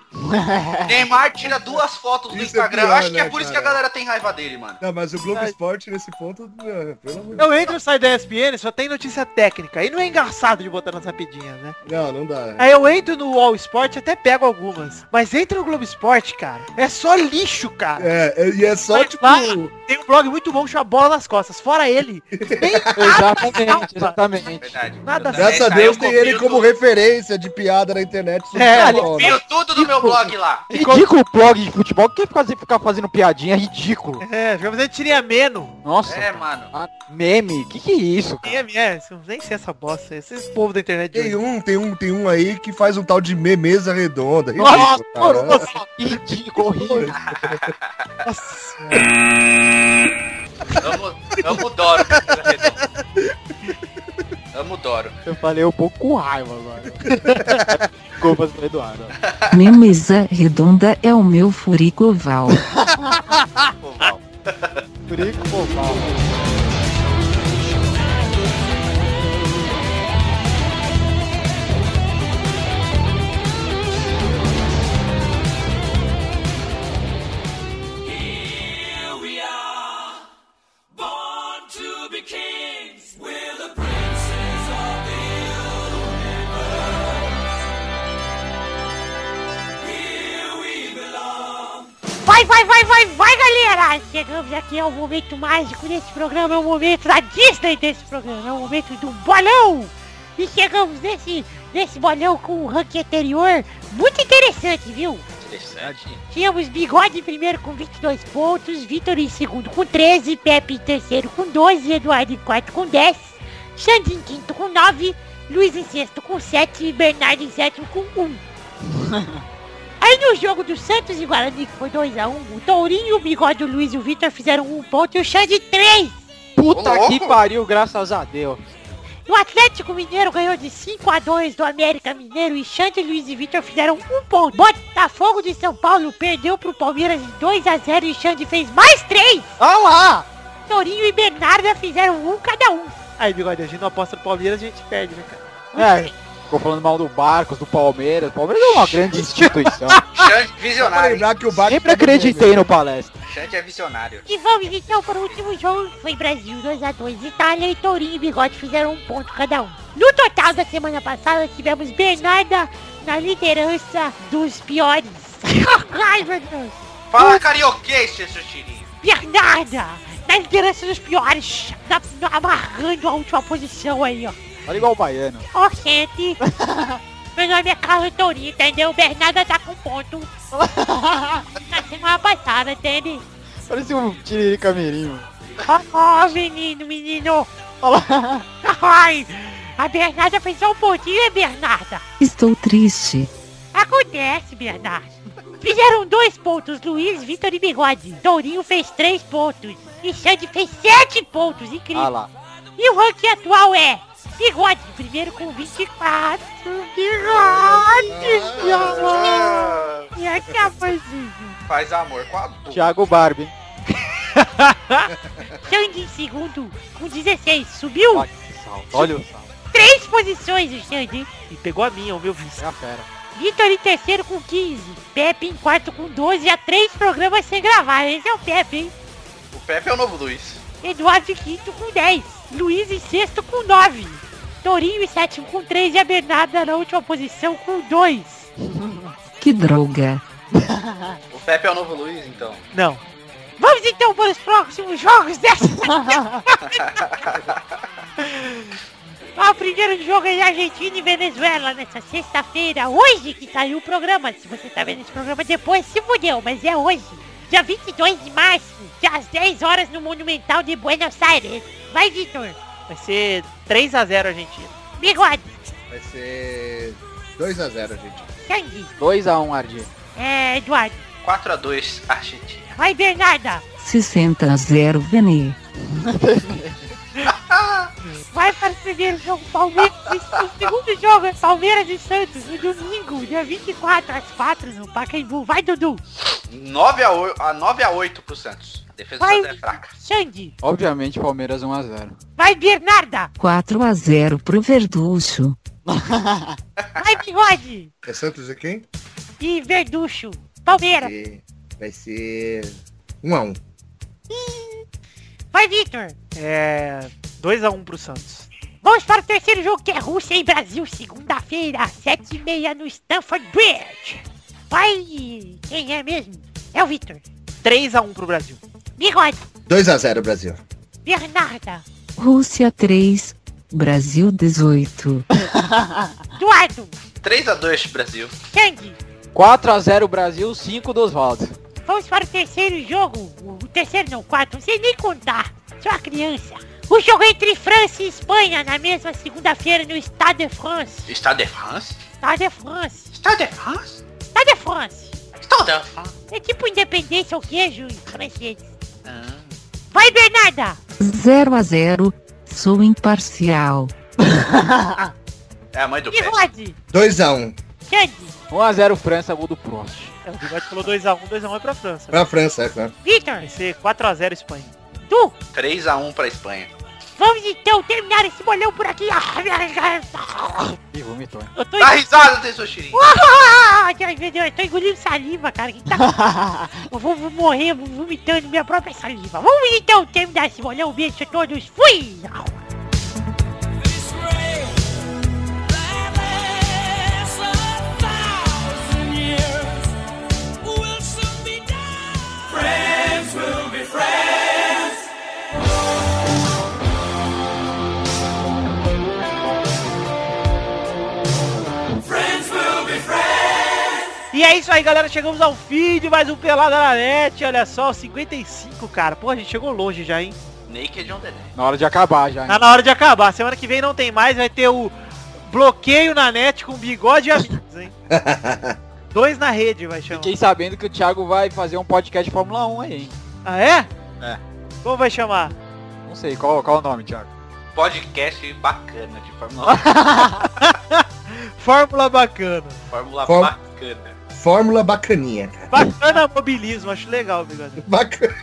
[SPEAKER 1] É.
[SPEAKER 5] Neymar tira duas fotos do
[SPEAKER 7] Isso é
[SPEAKER 5] Instagram.
[SPEAKER 7] pior,
[SPEAKER 5] Eu acho que é
[SPEAKER 7] né,
[SPEAKER 5] por isso que a
[SPEAKER 7] cara?
[SPEAKER 5] galera tem raiva dele, mano.
[SPEAKER 7] Não, mas o Globo
[SPEAKER 1] Ai.
[SPEAKER 7] Esporte nesse ponto, meu, pelo amor de
[SPEAKER 1] Eu entro no site da ESPN, só tem notícia técnica. E não é engraçado de botar nas rapidinhas, né?
[SPEAKER 7] Não, não dá.
[SPEAKER 1] Aí eu entro no All Sport até pego algumas. Mas entra no Globo Esporte, cara. É só lixo, cara.
[SPEAKER 7] É, é, e é só,
[SPEAKER 1] Mas
[SPEAKER 7] tipo,
[SPEAKER 1] lá- Tem um blog muito bom chama Bola nas Costas. Fora ele, tem
[SPEAKER 6] Exatamente, exatamente.
[SPEAKER 5] Verdade.
[SPEAKER 1] Nada
[SPEAKER 5] Verdade.
[SPEAKER 7] graças a
[SPEAKER 5] Essa aí
[SPEAKER 7] Deus
[SPEAKER 5] Tá, é, eu
[SPEAKER 7] tem
[SPEAKER 5] copio
[SPEAKER 7] ele como
[SPEAKER 5] tudo.
[SPEAKER 7] referência de piada na internet. super
[SPEAKER 1] É,
[SPEAKER 7] da hora.
[SPEAKER 5] Viu tudo do meu blog lá.
[SPEAKER 6] Ridículo o blog de futebol, que quer fazer, ficar fazendo piadinha, ridículo.
[SPEAKER 1] É, fica fazendo tirinha menos.
[SPEAKER 6] Nossa,
[SPEAKER 5] É, mano.
[SPEAKER 6] ah, meme, que que é isso,
[SPEAKER 1] Tirinha
[SPEAKER 6] cara?
[SPEAKER 1] menos. Nem sei essa bosta. Esses povos da internet de
[SPEAKER 7] Tem
[SPEAKER 1] hoje.
[SPEAKER 7] um, tem um, tem um aí que faz um tal de memeza redonda.
[SPEAKER 1] Nossa,
[SPEAKER 7] Ridículo, cara.
[SPEAKER 1] nossa,
[SPEAKER 6] Que Ridículo, horrível.
[SPEAKER 1] nossa.
[SPEAKER 5] Amo, amo Doro. amo Doro.
[SPEAKER 6] Eu falei um pouco com raiva agora. Desculpas pro Eduardo.
[SPEAKER 2] Memeza redonda é o meu furico oval.
[SPEAKER 5] Oval.
[SPEAKER 6] Frico, pô, mal.
[SPEAKER 8] Vai, vai, vai, vai, vai, galera! Chegamos aqui ao momento mágico desse programa, é o momento da Disney desse programa, é o momento do bolão! E chegamos nesse, nesse bolão com o ranking anterior, muito interessante, viu?
[SPEAKER 5] Interessante.
[SPEAKER 8] Tínhamos Bigode em primeiro com 22 pontos, Vitor em segundo com 13, Pepe em terceiro com 12, Eduardo em quarto com 10, Xande em quinto com 9, Luiz em sexto com 7 e Bernardo em sétimo com 1. Aí no jogo do Santos e Guarani, que foi 2x1, o Tourinho, o Bigode, o Luiz e o Vitor fizeram um ponto e o Xande 3.
[SPEAKER 5] Ô,
[SPEAKER 6] Puta
[SPEAKER 5] louco.
[SPEAKER 6] que pariu, graças a Deus.
[SPEAKER 8] O Atlético Mineiro ganhou de 5 a 2 do América Mineiro e Xande, Luiz e Vitor fizeram um ponto. Botafogo de São Paulo perdeu pro Palmeiras de 2 a 0 e Xande fez mais 3.
[SPEAKER 6] Ah lá!
[SPEAKER 8] Torinho e Bernarda fizeram um cada um.
[SPEAKER 1] Aí, bigode, a gente não aposta no Palmeiras, a gente perde, né, cara?
[SPEAKER 6] É, ficou falando mal do Barcos, do Palmeiras. O Palmeiras é uma grande instituição.
[SPEAKER 5] Xande, é
[SPEAKER 7] Só pra
[SPEAKER 5] visionário. hein?
[SPEAKER 7] lembrar que o Baco
[SPEAKER 6] Sempre acreditei no palestra.
[SPEAKER 5] Xande é visionário.
[SPEAKER 8] E vamos então para o último jogo, que foi Brasil 2x2 Itália e Tourinho e Bigode fizeram um ponto cada um. No total da semana passada tivemos Bernarda na liderança dos piores. Ai meu Deus.
[SPEAKER 5] Fala carioquês, seu tirinho.
[SPEAKER 8] Bernarda na liderança dos Tá piores, na- na- amarrando a última posição aí, ó.
[SPEAKER 6] Olha igual o baiano.
[SPEAKER 8] Ó, gente, meu nome é Carlos Tourinho, entendeu? O Bernardo tá com ponto. tá sendo uma passada, entende?
[SPEAKER 6] Parece um tiririca mirim, mano.
[SPEAKER 8] Ó, oh, menino, menino. Ai, a Bernarda fez só um pontinho, é Bernarda?
[SPEAKER 2] Estou triste.
[SPEAKER 8] Acontece, Bernardo. Fizeram dois pontos, Luiz, Vitor e Bigode. Tourinho fez três pontos. E Xande fez sete pontos, incrível.
[SPEAKER 6] Ah lá.
[SPEAKER 8] E o ranking atual é Bigode, primeiro com 24. Bigode, meu amor. E aqui a vozinha.
[SPEAKER 5] Ah, Faz amor com a boca.
[SPEAKER 6] Thiago Barbie. hein?
[SPEAKER 8] Xande em segundo com 16. Subiu
[SPEAKER 6] Olha o salto. Olha o salto.
[SPEAKER 8] três posições o Xande.
[SPEAKER 1] E pegou a minha, o meu vice.
[SPEAKER 6] É a fera.
[SPEAKER 8] Vitor em terceiro com 15. Pepe em quarto com 12. Há três programas sem gravar. Esse é o Pepe, hein?
[SPEAKER 5] O Pepe é o novo Luiz.
[SPEAKER 8] Eduardo em quinto com 10. Luiz em sexto com 9. Torinho em sétimo com 3 e a Bernarda na última posição com 2.
[SPEAKER 2] Que droga.
[SPEAKER 5] O Pepe é o novo Luiz, então.
[SPEAKER 1] Não.
[SPEAKER 8] Vamos então para os próximos jogos dessa. Ah, o primeiro jogo é Argentina e Venezuela nessa sexta-feira, hoje que saiu o programa. Se você tá vendo esse programa depois, se fudeu, mas é hoje. Dia 22 de março, às 10 horas no Monumental de Buenos Aires. Vai, Vitor.
[SPEAKER 1] Vai ser 3x0 a Argentina.
[SPEAKER 8] Bigode.
[SPEAKER 7] Vai ser 2x0, gente.
[SPEAKER 8] Sangue.
[SPEAKER 6] 2x1, Ardi.
[SPEAKER 8] É, Eduardo.
[SPEAKER 5] 4x2, Argentina.
[SPEAKER 8] Vai, Bernarda.
[SPEAKER 2] 60 a 0 Vene.
[SPEAKER 8] Vai para o primeiro jogo, Palmeiras. O segundo jogo é Palmeiras e Santos, no domingo, dia 24 às 4 no Pacaembu. Vai, Dudu.
[SPEAKER 5] 9x8 a 9 a 8 pro Santos. A defesa do
[SPEAKER 8] Vai,
[SPEAKER 5] Santos é fraca.
[SPEAKER 8] Xande.
[SPEAKER 6] Obviamente, Palmeiras 1x0.
[SPEAKER 8] Vai, Bernarda.
[SPEAKER 2] 4 a 0 pro Verducho.
[SPEAKER 8] Vai, Bigode.
[SPEAKER 7] É Santos e quem?
[SPEAKER 8] E Verducho. Palmeiras.
[SPEAKER 7] Vai ser 1x1.
[SPEAKER 8] Vai, Vitor.
[SPEAKER 1] É. 2x1 pro Santos.
[SPEAKER 8] Vamos para o terceiro jogo, que é Rússia e Brasil, segunda-feira, às 7h30 no Stanford Bridge. Vai. Quem é mesmo? É o Vitor.
[SPEAKER 1] 3x1 pro Brasil.
[SPEAKER 8] Bigode.
[SPEAKER 7] 2x0, Brasil.
[SPEAKER 8] Bernarda.
[SPEAKER 2] Rússia 3, Brasil 18.
[SPEAKER 8] Eduardo.
[SPEAKER 5] 3x2, Brasil.
[SPEAKER 8] Xande.
[SPEAKER 6] 4x0 Brasil, 5 do Oswaldo.
[SPEAKER 8] Vamos para o terceiro jogo. O terceiro não, o quarto. Não sei nem contar. Sou a criança. O jogo entre França e Espanha na mesma segunda-feira no Stade de France.
[SPEAKER 5] Estado de France?
[SPEAKER 8] Stade de France.
[SPEAKER 5] Estado de France?
[SPEAKER 8] Stade de France.
[SPEAKER 5] Estado de France.
[SPEAKER 8] É tipo independência ou queijo em francês.
[SPEAKER 5] Ah.
[SPEAKER 8] Vai, Bernarda.
[SPEAKER 2] 0 a 0 Sou imparcial.
[SPEAKER 5] É a mãe do
[SPEAKER 8] E
[SPEAKER 5] Pepe.
[SPEAKER 8] Rod.
[SPEAKER 7] 2x1
[SPEAKER 8] Xande.
[SPEAKER 6] 1x0 França, gol do Prost.
[SPEAKER 1] É, O Bigode falou 2x1, 2x1 é pra França.
[SPEAKER 7] pra França, é claro.
[SPEAKER 8] Vitor.
[SPEAKER 1] Vai ser 4x0 Espanha.
[SPEAKER 8] Du.
[SPEAKER 5] 3x1 pra Espanha.
[SPEAKER 8] Vamos então terminar esse bolão por aqui. Ah,
[SPEAKER 6] Ih, vomitou. hein?
[SPEAKER 1] Eu tô
[SPEAKER 5] Dá risada, Teixeirinho.
[SPEAKER 8] Ah, que meu eu tô engolindo saliva, cara. Que tá... eu vou, vou morrer vou vomitando minha própria saliva. Vamos então terminar esse bolão. Beijo a todos. Fui!
[SPEAKER 10] This rain that lasts a thousand years will soon be done. Friends will be friends. Friends will be friends.
[SPEAKER 1] E é isso aí, galera. Chegamos ao fim de mais um Pelada na Net. Olha só, 55, cara. Pô, a gente chegou longe já, hein?
[SPEAKER 5] Naked on the net.
[SPEAKER 6] Na hora de acabar já. hein?
[SPEAKER 5] Ah,
[SPEAKER 1] Tá na hora de acabar. Semana que vem não tem mais. Vai ter o bloqueio na net com bigode e amigos, hein? Dois na rede, vai chamar.
[SPEAKER 6] Fiquei sabendo que o Thiago vai fazer um podcast de Fórmula 1 aí, hein?
[SPEAKER 1] Ah, é?
[SPEAKER 6] É.
[SPEAKER 1] Como vai chamar?
[SPEAKER 6] Não sei, qual, qual o nome, Thiago?
[SPEAKER 5] Podcast bacana de Fórmula 1.
[SPEAKER 1] Fórmula bacana.
[SPEAKER 5] Fórmula
[SPEAKER 7] Fór-
[SPEAKER 5] bacana.
[SPEAKER 7] Fórmula bacaninha, cara.
[SPEAKER 1] Bacana mobilismo, acho legal, bigode.
[SPEAKER 7] Bacana.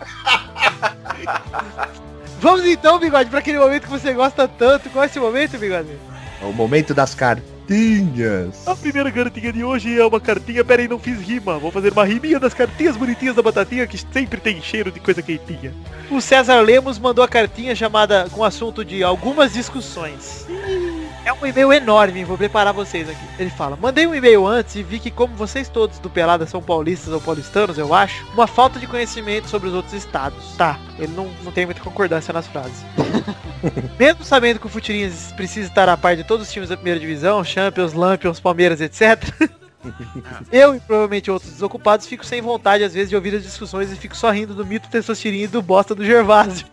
[SPEAKER 1] Vamos então, bigode, pra aquele momento que você gosta tanto. Qual é esse momento, bigode?
[SPEAKER 7] É o momento das cartinhas.
[SPEAKER 1] A primeira cartinha de hoje é uma cartinha, peraí, não fiz rima. Vou fazer uma riminha das cartinhas bonitinhas da batatinha que sempre tem cheiro de coisa quentinha. O César Lemos mandou a cartinha chamada com assunto de algumas discussões. É um e-mail enorme, vou preparar vocês aqui. Ele fala, mandei um e-mail antes e vi que como vocês todos do Pelada são paulistas ou paulistanos, eu acho, uma falta de conhecimento sobre os outros estados. Tá, ele não, não tem muita concordância nas frases. Mesmo sabendo que o Futirinhas precisa estar a par de todos os times da primeira divisão, Champions, Lampions, Palmeiras, etc. Eu e provavelmente outros desocupados fico sem vontade às vezes de ouvir as discussões e fico só rindo do mito testostirinho e do bosta do Gervásio.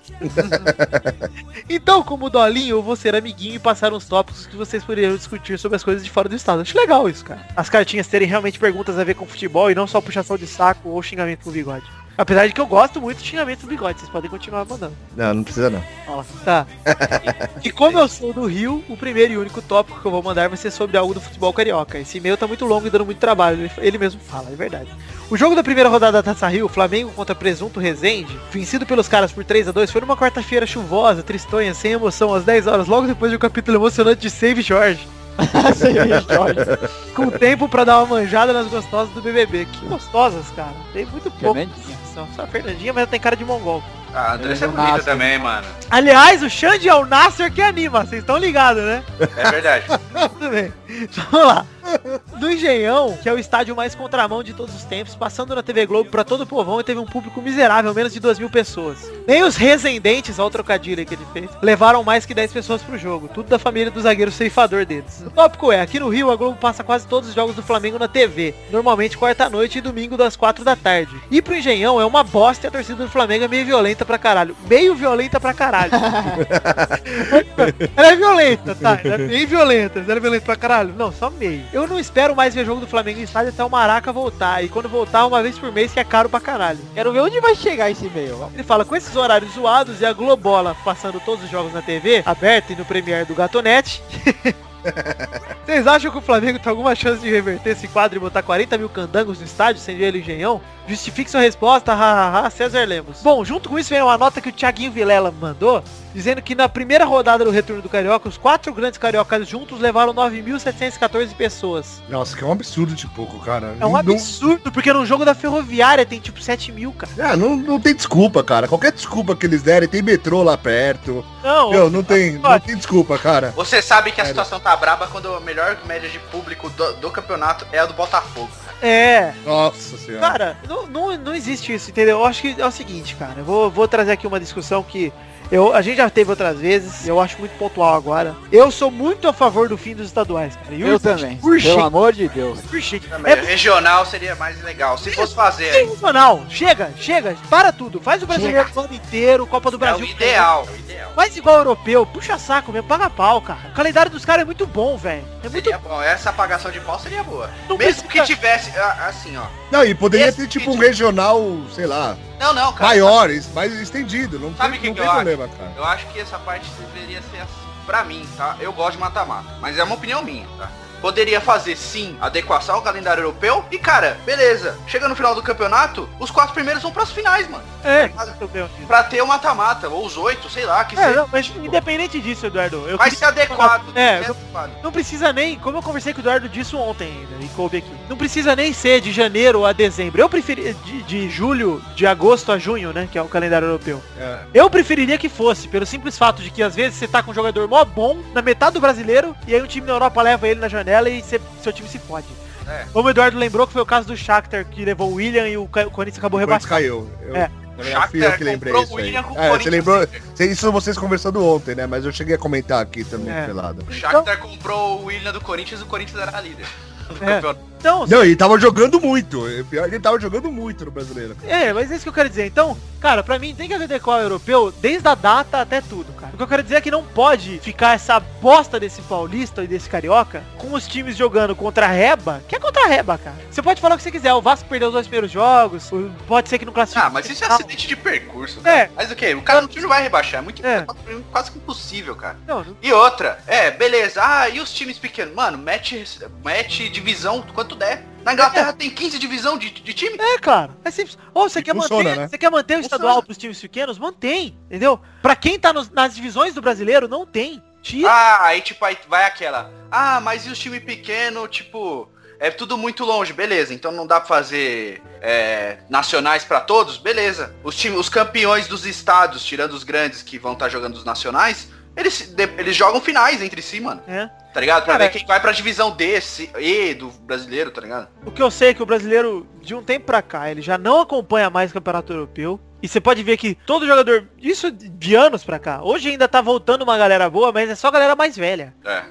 [SPEAKER 1] então, como dolinho, eu vou ser amiguinho e passar uns tópicos que vocês poderiam discutir sobre as coisas de fora do estado. Acho legal isso, cara. As cartinhas terem realmente perguntas a ver com futebol e não só puxação de saco ou xingamento com bigode. Apesar de que eu gosto muito de xingamento do bigode, vocês podem continuar mandando.
[SPEAKER 7] Não, não precisa não.
[SPEAKER 1] Ó, tá. E, e como eu sou do Rio, o primeiro e único tópico que eu vou mandar vai ser sobre algo do futebol carioca. Esse e-mail tá muito longo e dando muito trabalho, ele, ele mesmo fala, é verdade. O jogo da primeira rodada da Taça Rio, Flamengo contra Presunto Resende, vencido pelos caras por 3 a 2 foi numa quarta-feira chuvosa, tristonha, sem emoção, às 10 horas, logo depois de um capítulo emocionante de Save Jorge. Com tempo pra dar uma manjada nas gostosas do BBB. Que gostosas, cara. Tem muito pouco.
[SPEAKER 6] Fernandinha.
[SPEAKER 1] Só só a Fernandinha, mas ela tem cara de mongol.
[SPEAKER 5] Ah, a Andressa é
[SPEAKER 6] Ele é
[SPEAKER 5] bonita
[SPEAKER 6] massa,
[SPEAKER 5] também, mano.
[SPEAKER 1] Aliás, o Xande é o Nasser que anima, vocês estão ligados, né?
[SPEAKER 5] É verdade.
[SPEAKER 1] Tudo bem. Vamos lá. Do Engenhão, que é o estádio mais contramão de todos os tempos, passando na TV Globo pra todo o povão e teve um público miserável, menos de 2 mil pessoas. Nem os resendentes, ao trocadilho aí que ele fez, levaram mais que 10 pessoas pro jogo. Tudo da família do zagueiro ceifador deles. O tópico é, aqui no Rio a Globo passa quase todos os jogos do Flamengo na TV. Normalmente quarta-noite e domingo das 4 da tarde. E pro Engenhão é uma bosta e a torcida do Flamengo é meio violenta pra caralho. Meio violenta pra caralho. Ela é violenta, tá? Ela é bem violenta. Mas Ela é violenta pra caralho? Não, só meio. Eu não espero mais ver jogo do Flamengo em estádio até o Maraca voltar. E quando voltar, uma vez por mês, que é caro pra caralho.
[SPEAKER 6] Quero ver onde vai chegar esse e-mail. Vamos.
[SPEAKER 1] Ele fala, com esses horários zoados e a Globola passando todos os jogos na TV, aberta e no Premiere do Gatonete... Vocês acham que o Flamengo tem alguma chance de reverter esse quadro e botar 40 mil candangos no estádio sem ver ele engenhão? Justifique sua resposta, hahaha, César Lemos. Bom, junto com isso vem uma nota que o Thiaguinho Vilela mandou, dizendo que na primeira rodada do retorno do Carioca, os quatro grandes cariocas juntos levaram 9.714 pessoas.
[SPEAKER 7] Nossa, que é um absurdo de pouco, cara.
[SPEAKER 1] É um
[SPEAKER 7] Não-
[SPEAKER 1] absurdo, porque no jogo da Ferroviária tem tipo 7 mil, cara.
[SPEAKER 7] Ah, não, não tem desculpa, cara. Qualquer desculpa que eles derem, tem metrô lá perto.
[SPEAKER 1] Não,
[SPEAKER 7] Meu, não tem, não tem desculpa, cara.
[SPEAKER 5] Você sabe que a situação tá braba quando a melhor média de público do, do campeonato é a do Botafogo. cara.
[SPEAKER 1] é.
[SPEAKER 7] Nossa senhora.
[SPEAKER 1] Cara, não, não, não existe isso, entendeu? Eu acho que é o seguinte, cara. Eu vou, vou trazer aqui uma discussão que eu, a gente já teve outras vezes, eu acho muito pontual agora. Eu sou muito a favor do fim dos estaduais, cara. E
[SPEAKER 6] Eu
[SPEAKER 1] urgente,
[SPEAKER 6] também.
[SPEAKER 1] urgente,
[SPEAKER 6] Pelo amor de Deus.
[SPEAKER 1] urgente.
[SPEAKER 5] A
[SPEAKER 1] É
[SPEAKER 5] média regional seria mais legal. Se fosse fazer aí,
[SPEAKER 1] sensacional. Chega, chega. Para tudo. Faz o brasileiro o ano inteiro, Copa do
[SPEAKER 5] é o
[SPEAKER 1] Brasil.
[SPEAKER 5] ideal. é o ideal.
[SPEAKER 1] Faz igual ao europeu. Puxa saco mesmo. Paga pau, cara. O calendário dos caras é muito bom, velho. É muito
[SPEAKER 5] Seria bom. Essa apagação de pau seria boa.
[SPEAKER 1] Não
[SPEAKER 5] Mesmo
[SPEAKER 1] precisa-
[SPEAKER 5] que tivesse, ah, assim, ó.
[SPEAKER 7] Não, e poderia
[SPEAKER 5] esse
[SPEAKER 7] ter tipo um
[SPEAKER 5] vídeo-
[SPEAKER 7] regional, sei lá,
[SPEAKER 5] Não, não, cara.
[SPEAKER 7] maior, es- mais estendido. Não
[SPEAKER 5] Sabe
[SPEAKER 7] tem,
[SPEAKER 5] o que
[SPEAKER 7] não
[SPEAKER 5] que eu
[SPEAKER 7] tem problema, cara.
[SPEAKER 5] Eu acho que essa parte deveria ser assim. Pra mim, tá? Eu gosto de mata-mata, mas é uma opinião minha, tá? Poderia fazer sim adequação ao calendário europeu e, cara, beleza. Chega no final do campeonato, os quatro primeiros vão pras finais, mano.
[SPEAKER 1] É, eu tenho isso.
[SPEAKER 5] Pra ter o mata-mata, ou os oito, sei lá, que
[SPEAKER 1] É,
[SPEAKER 5] seja.
[SPEAKER 1] não, mas independente disso, Eduardo, eu
[SPEAKER 5] Vai
[SPEAKER 1] queria-
[SPEAKER 5] ser adequado.
[SPEAKER 1] É,
[SPEAKER 5] tem que ser adequado.
[SPEAKER 1] não precisa nem, como eu conversei com o Eduardo disso ontem ainda, e coube aqui, não precisa nem ser de janeiro a dezembro. Eu preferi de, de julho, de agosto a junho, né, que é o calendário europeu.
[SPEAKER 7] É.
[SPEAKER 1] Eu preferiria que fosse, pelo simples fato de que às vezes você tá com um jogador mó bom na metade do brasileiro, e aí um time na Europa leva ele na janela e você- seu time se fode.
[SPEAKER 5] É.
[SPEAKER 1] Como o Eduardo lembrou que foi o caso do Shakhtar que levou o William e o, Ca- o Corinthians acabou
[SPEAKER 7] Depois
[SPEAKER 1] rebaixando.
[SPEAKER 7] caiu. Eu,
[SPEAKER 1] É.
[SPEAKER 7] eu fui eu que lembrei
[SPEAKER 5] comprou
[SPEAKER 7] isso
[SPEAKER 5] o
[SPEAKER 7] aí.
[SPEAKER 5] William com o
[SPEAKER 7] É, você
[SPEAKER 5] Corinthians.
[SPEAKER 7] lembrou? Você- Isso vocês conversando ontem, né? Mas eu cheguei a comentar aqui também,
[SPEAKER 1] É.
[SPEAKER 7] pelado.
[SPEAKER 5] O Shakhtar comprou o William do Corinthians e o Corinthians era líder. Do
[SPEAKER 1] É.
[SPEAKER 5] campeonato.
[SPEAKER 1] Então,
[SPEAKER 7] Não, ele tava jogando muito. E Pior, ele tava jogando muito no brasileiro.
[SPEAKER 1] É, mas é isso que eu quero dizer. Então, cara, pra mim tem que adequar o europeu desde a data até tudo, cara. O que eu quero dizer é que não pode ficar essa bosta desse paulista e desse carioca com os times jogando contra a Reba, que é contra a Reba, cara. Você pode falar o que você quiser, o Vasco perdeu os dois primeiros jogos, o- pode ser que não classifique.
[SPEAKER 5] Ah, mas isso é acidente de percurso. né?
[SPEAKER 1] É.
[SPEAKER 5] Mas o que? O cara no time não vai rebaixar. É muito
[SPEAKER 1] É.
[SPEAKER 5] quase que impossível, cara.
[SPEAKER 1] Não, não-
[SPEAKER 5] E outra, é, beleza. Ah, e os times pequenos? Mano, mete, mete divisão quanto der. Na Inglaterra tem 15 divisão de, de time?
[SPEAKER 1] é, cara. É simples. Ou você
[SPEAKER 7] E
[SPEAKER 1] quer
[SPEAKER 7] funciona,
[SPEAKER 1] manter,
[SPEAKER 7] né?
[SPEAKER 1] você quer manter o
[SPEAKER 5] Funciona.
[SPEAKER 1] estadual pros times pequenos? Mantém, entendeu? Pra quem tá nos- nas divisões do brasileiro, não tem. Tira.
[SPEAKER 5] Ah, aí tipo, aí vai aquela. Ah, mas e os times pequenos, tipo, é tudo muito longe, beleza. Então não dá pra fazer é, nacionais pra todos, beleza. Os times, os campeões dos estados, tirando os grandes que vão estar tá jogando os nacionais, Eles, se- de- eles jogam finais entre si, mano.
[SPEAKER 1] É.
[SPEAKER 5] Tá ligado? Pra
[SPEAKER 1] Cara,
[SPEAKER 5] ver quem vai pra divisão D, C, E do brasileiro, tá ligado?
[SPEAKER 7] Ah.
[SPEAKER 1] O que eu sei é que o brasileiro, de um tempo pra cá, ele já não acompanha mais o campeonato europeu. E você pode ver que todo jogador, isso de anos pra cá, hoje ainda tá voltando uma galera boa, mas é só galera mais velha.
[SPEAKER 5] É.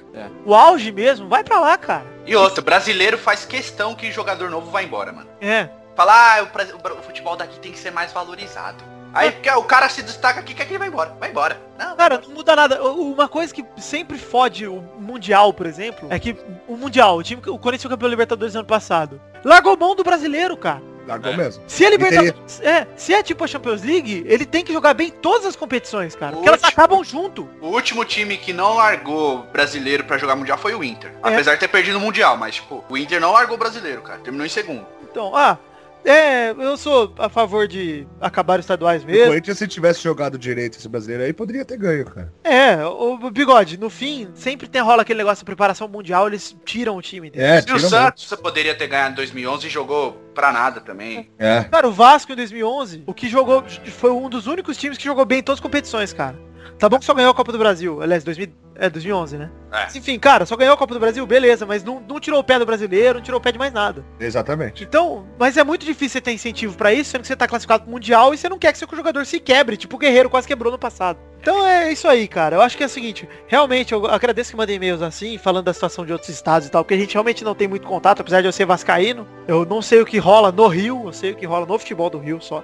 [SPEAKER 1] O auge mesmo, vai pra lá, cara.
[SPEAKER 5] E outro, brasileiro faz questão que jogador novo vai embora, mano.
[SPEAKER 1] É.
[SPEAKER 5] Falar, ah, o, Bra- o Bra- o futebol daqui tem que ser mais valorizado. Aí porque o cara se destaca aqui, quer que ele vai embora. Vai embora. Não,
[SPEAKER 1] Cara, não muda nada. O- Uma coisa que sempre fode o Mundial, por exemplo, é que o Mundial, o time que o Corinthians foi campeão da Libertadores ano passado, largou mão do brasileiro, cara.
[SPEAKER 5] É,
[SPEAKER 7] Largou mesmo.
[SPEAKER 1] Se a
[SPEAKER 7] Libertadores.
[SPEAKER 1] Libertadores. É, se é tipo a Champions League, ele tem que jogar bem todas as competições, cara. Porque elas
[SPEAKER 5] Ótimo.
[SPEAKER 1] acabam junto.
[SPEAKER 5] O último time que não largou brasileiro pra jogar mundial foi o Inter. Apesar de ter perdido o mundial, mas tipo, o Inter não largou brasileiro, cara. Terminou em segundo.
[SPEAKER 1] Então, ah, é, eu sou a favor de acabar os estaduais
[SPEAKER 7] O
[SPEAKER 1] mesmo.
[SPEAKER 7] Corinthians, se tivesse jogado direito esse brasileiro aí, poderia ter ganho, cara.
[SPEAKER 1] É, o o bigode, no fim, sempre tem rola aquele negócio de preparação mundial, eles tiram o time. entendeu?
[SPEAKER 7] É,
[SPEAKER 5] Se o
[SPEAKER 7] tira
[SPEAKER 5] Santos você poderia ter ganhado em 2011 e jogou pra nada também.
[SPEAKER 7] muito. É.
[SPEAKER 1] Cara, o Vasco em 2011, o que jogou, foi um dos únicos times que jogou bem em todas as competições, cara. Tá bom que só ganhou a Copa do Brasil, aliás, 2000, é 2011, né?
[SPEAKER 5] É.
[SPEAKER 1] Mas, Enfim, cara, só ganhou a Copa do Brasil, beleza, mas não, não tirou o pé do brasileiro, não tirou o pé de mais nada.
[SPEAKER 7] Exatamente.
[SPEAKER 1] Então, mas é muito difícil você ter incentivo pra isso, sendo que você tá classificado pro Mundial e você não quer que seu jogador se quebre, tipo o Guerreiro quase quebrou no passado. Então é isso aí, cara. Eu acho que é o seguinte, realmente eu agradeço que mandem e-mails assim, falando da situação de outros estados e tal, porque a gente realmente não tem muito contato, apesar de eu ser vascaíno. Eu não sei o que rola no Rio, eu sei o que rola no futebol do Rio só.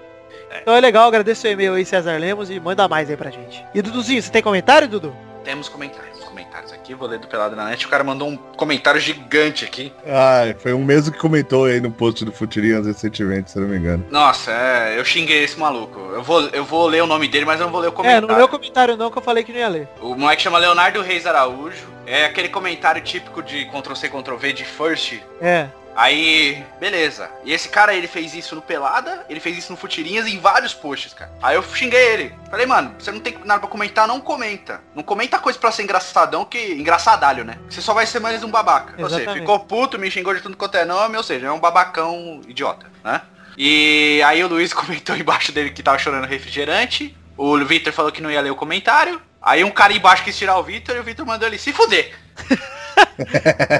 [SPEAKER 1] Então é legal, agradeço seu e-mail aí, César Lemos, e manda mais aí pra gente. E Duduzinho, você tem comentário, Dudu?
[SPEAKER 5] Temos comentários. Comentários aqui, vou ler do Pelado na net. O cara mandou um comentário gigante aqui.
[SPEAKER 7] Ah, foi um mesmo que comentou aí no post do Futirinhas recentemente, se eu não me engano.
[SPEAKER 5] Nossa, é, eu xinguei esse maluco. Eu vou, eu vou ler o nome dele, mas eu não vou ler o
[SPEAKER 1] É,
[SPEAKER 5] comentário.
[SPEAKER 1] não leu o comentário não, que eu falei que não ia ler.
[SPEAKER 5] O moleque chama Leonardo Reis Araújo. É aquele comentário típico de Ctrl-C, Ctrl-V de first
[SPEAKER 1] É.
[SPEAKER 5] Aí, beleza. E esse cara, ele fez isso no Pelada, ele fez isso no Futirinhas e em vários posts, cara. Aí eu xinguei ele. Falei, mano, você não tem nada pra comentar, não comenta. Não comenta coisa pra ser engraçadão que. Engraçadalho, né? Você só vai ser mais um babaca. Você
[SPEAKER 1] Exatamente.
[SPEAKER 5] ficou puto, me xingou de tudo quanto é nome, ou seja, é um babacão idiota, né? E aí o Luiz comentou embaixo dele que tava chorando refrigerante. O Vitor falou que não ia ler o comentário. Aí um cara embaixo quis tirar o Vitor e o Vitor mandou ele se fuder.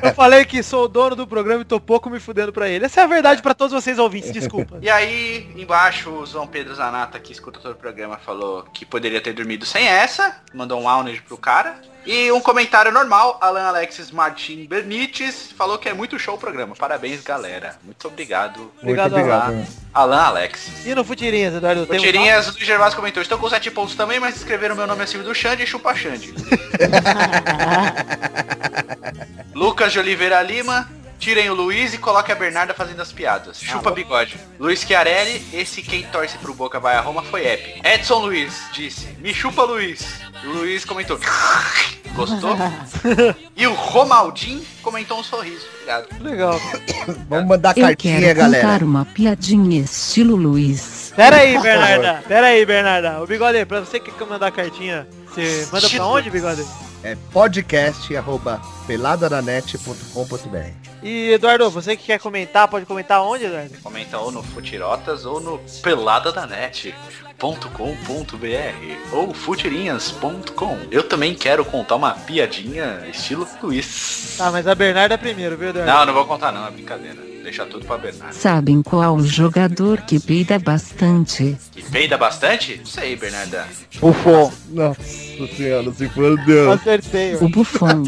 [SPEAKER 1] Eu falei que sou o dono do programa e tô pouco me fudendo pra ele. Essa é a verdade pra todos vocês ouvintes, desculpa.
[SPEAKER 5] E aí, embaixo, o João Pedro Zanata, que escuta todo o programa, falou que poderia ter dormido sem essa. Mandou um áudio pro cara. E um comentário normal, Alan Alexis Martin Bernites, falou que é muito show o programa. Parabéns, galera. Muito obrigado.
[SPEAKER 1] Obrigado,
[SPEAKER 7] muito
[SPEAKER 5] Alan.
[SPEAKER 7] obrigado.
[SPEAKER 5] Alan Alexis.
[SPEAKER 1] E no Futirinhas, Eduardo?
[SPEAKER 5] O
[SPEAKER 1] tem um
[SPEAKER 5] Tirinhas do Gervásio comentou, estou com sete pontos também, mas escreveram meu nome acima do Xande e chupa Xande. Lucas de Oliveira Lima, tirem o Luiz e coloquem a Bernarda fazendo as piadas. Chupa bigode. Luiz Chiarelli, esse quem torce pro Boca vai a Roma foi épico. Edson Luiz disse, me chupa Luiz. O Luiz comentou, gostou? e o Romaldinho comentou um sorriso. Obrigado.
[SPEAKER 1] papo Legal.
[SPEAKER 7] Vamos mandar
[SPEAKER 2] Eu
[SPEAKER 7] cartinha,
[SPEAKER 2] quero contar
[SPEAKER 7] galera.
[SPEAKER 2] uma piadinha estilo Luiz.
[SPEAKER 1] Pera aí, Bernarda. Pera aí, Bernarda. O Bigode, pra você que quer mandar cartinha, você manda pra onde, Bigode?
[SPEAKER 2] um-
[SPEAKER 7] É podcast arroba peladananet.com.br.
[SPEAKER 1] E, Eduardo, você que quer comentar, pode comentar onde, Eduardo?
[SPEAKER 5] Comenta ou no Futirotas ou no peladadanet.com.br ou futirinhas.com. Eu também quero contar uma piadinha estilo Luiz.
[SPEAKER 1] Tá, mas a Bernarda primeiro, viu, Eduardo?
[SPEAKER 5] Não, não vou contar não, é brincadeira. Deixa tudo pra Bernardo.
[SPEAKER 2] Sabem qual o jogador que peida bastante?
[SPEAKER 5] E peida bastante? Não sei, Bernarda.
[SPEAKER 6] Bufou.
[SPEAKER 7] Nossa senhora, se for Deus.
[SPEAKER 6] Acertei.
[SPEAKER 2] O bufão.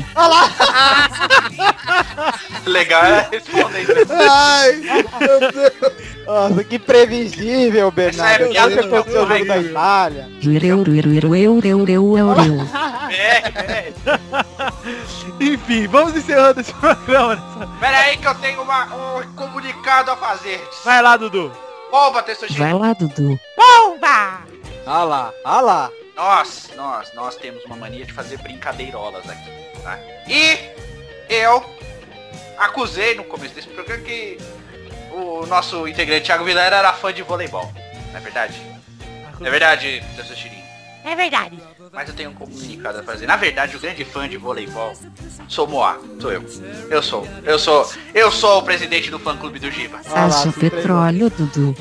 [SPEAKER 5] Legal é responder. isso.
[SPEAKER 7] Ai, meu Deus.
[SPEAKER 6] Nossa, que previsível, Bernardo.
[SPEAKER 5] Essa é a
[SPEAKER 6] Quase
[SPEAKER 5] piada do
[SPEAKER 6] aconteceu o
[SPEAKER 5] papai,
[SPEAKER 6] jogo da
[SPEAKER 5] cara.
[SPEAKER 6] Itália.
[SPEAKER 2] Ireu, ireu, ireu, ireu, ireu, ireu.
[SPEAKER 5] É, é.
[SPEAKER 1] Enfim, vamos encerrando esse programa. né?
[SPEAKER 5] Pera aí que eu tenho uma- um comunicado a fazer.
[SPEAKER 1] Vai lá, Dudu.
[SPEAKER 5] Opa, Testosterinha.
[SPEAKER 2] Vai lá, Dudu.
[SPEAKER 8] Bomba!
[SPEAKER 6] Ah lá, ah lá.
[SPEAKER 5] Nós, nós, nós temos uma mania de fazer brincadeirolas aqui, tá? E eu acusei no começo desse programa que o nosso integrante Thiago Vilela era fã de voleibol. Não é verdade? Não é verdade, professor Chirinho.
[SPEAKER 8] É verdade.
[SPEAKER 5] Mas eu tenho um comunicado a fazer. Na verdade, o grande fã de voleibol Sou Moá, sou eu. Eu sou, eu sou, eu sou o presidente do fã clube do Giba.
[SPEAKER 2] Acha petróleo, Dudu.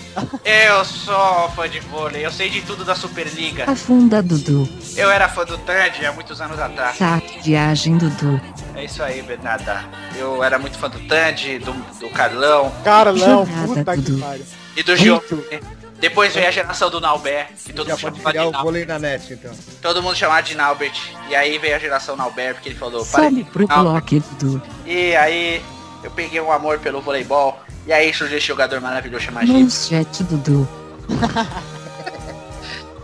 [SPEAKER 5] Eu sou fã de vôlei, eu sei de tudo da Superliga.
[SPEAKER 2] Afunda, Dudu.
[SPEAKER 5] Eu era fã do Tandy há muitos anos atrás.
[SPEAKER 2] Saque viagem, Dudu.
[SPEAKER 5] É isso aí, Bernarda. Eu era muito fã do Tandy, do, do Carlão
[SPEAKER 11] Carlão,
[SPEAKER 2] Jornada,
[SPEAKER 11] puta que
[SPEAKER 2] Dudu.
[SPEAKER 11] pariu.
[SPEAKER 5] e do Gil. Depois veio a geração do Naubé, que todo
[SPEAKER 7] Já
[SPEAKER 5] mundo
[SPEAKER 7] pode
[SPEAKER 5] chamava
[SPEAKER 7] criar
[SPEAKER 5] de
[SPEAKER 7] o
[SPEAKER 5] Nau-
[SPEAKER 7] vôlei na net, então.
[SPEAKER 5] todo mundo chamava de Naubert. E aí veio a geração Naubert, porque ele falou, "Pare-
[SPEAKER 2] Some pro
[SPEAKER 5] Naubert."
[SPEAKER 2] bloco, Dudu.
[SPEAKER 5] E aí eu peguei um amor pelo voleibol. E aí surgiu esse jogador maravilhoso chamado Giba.
[SPEAKER 2] Manchete, Dudu.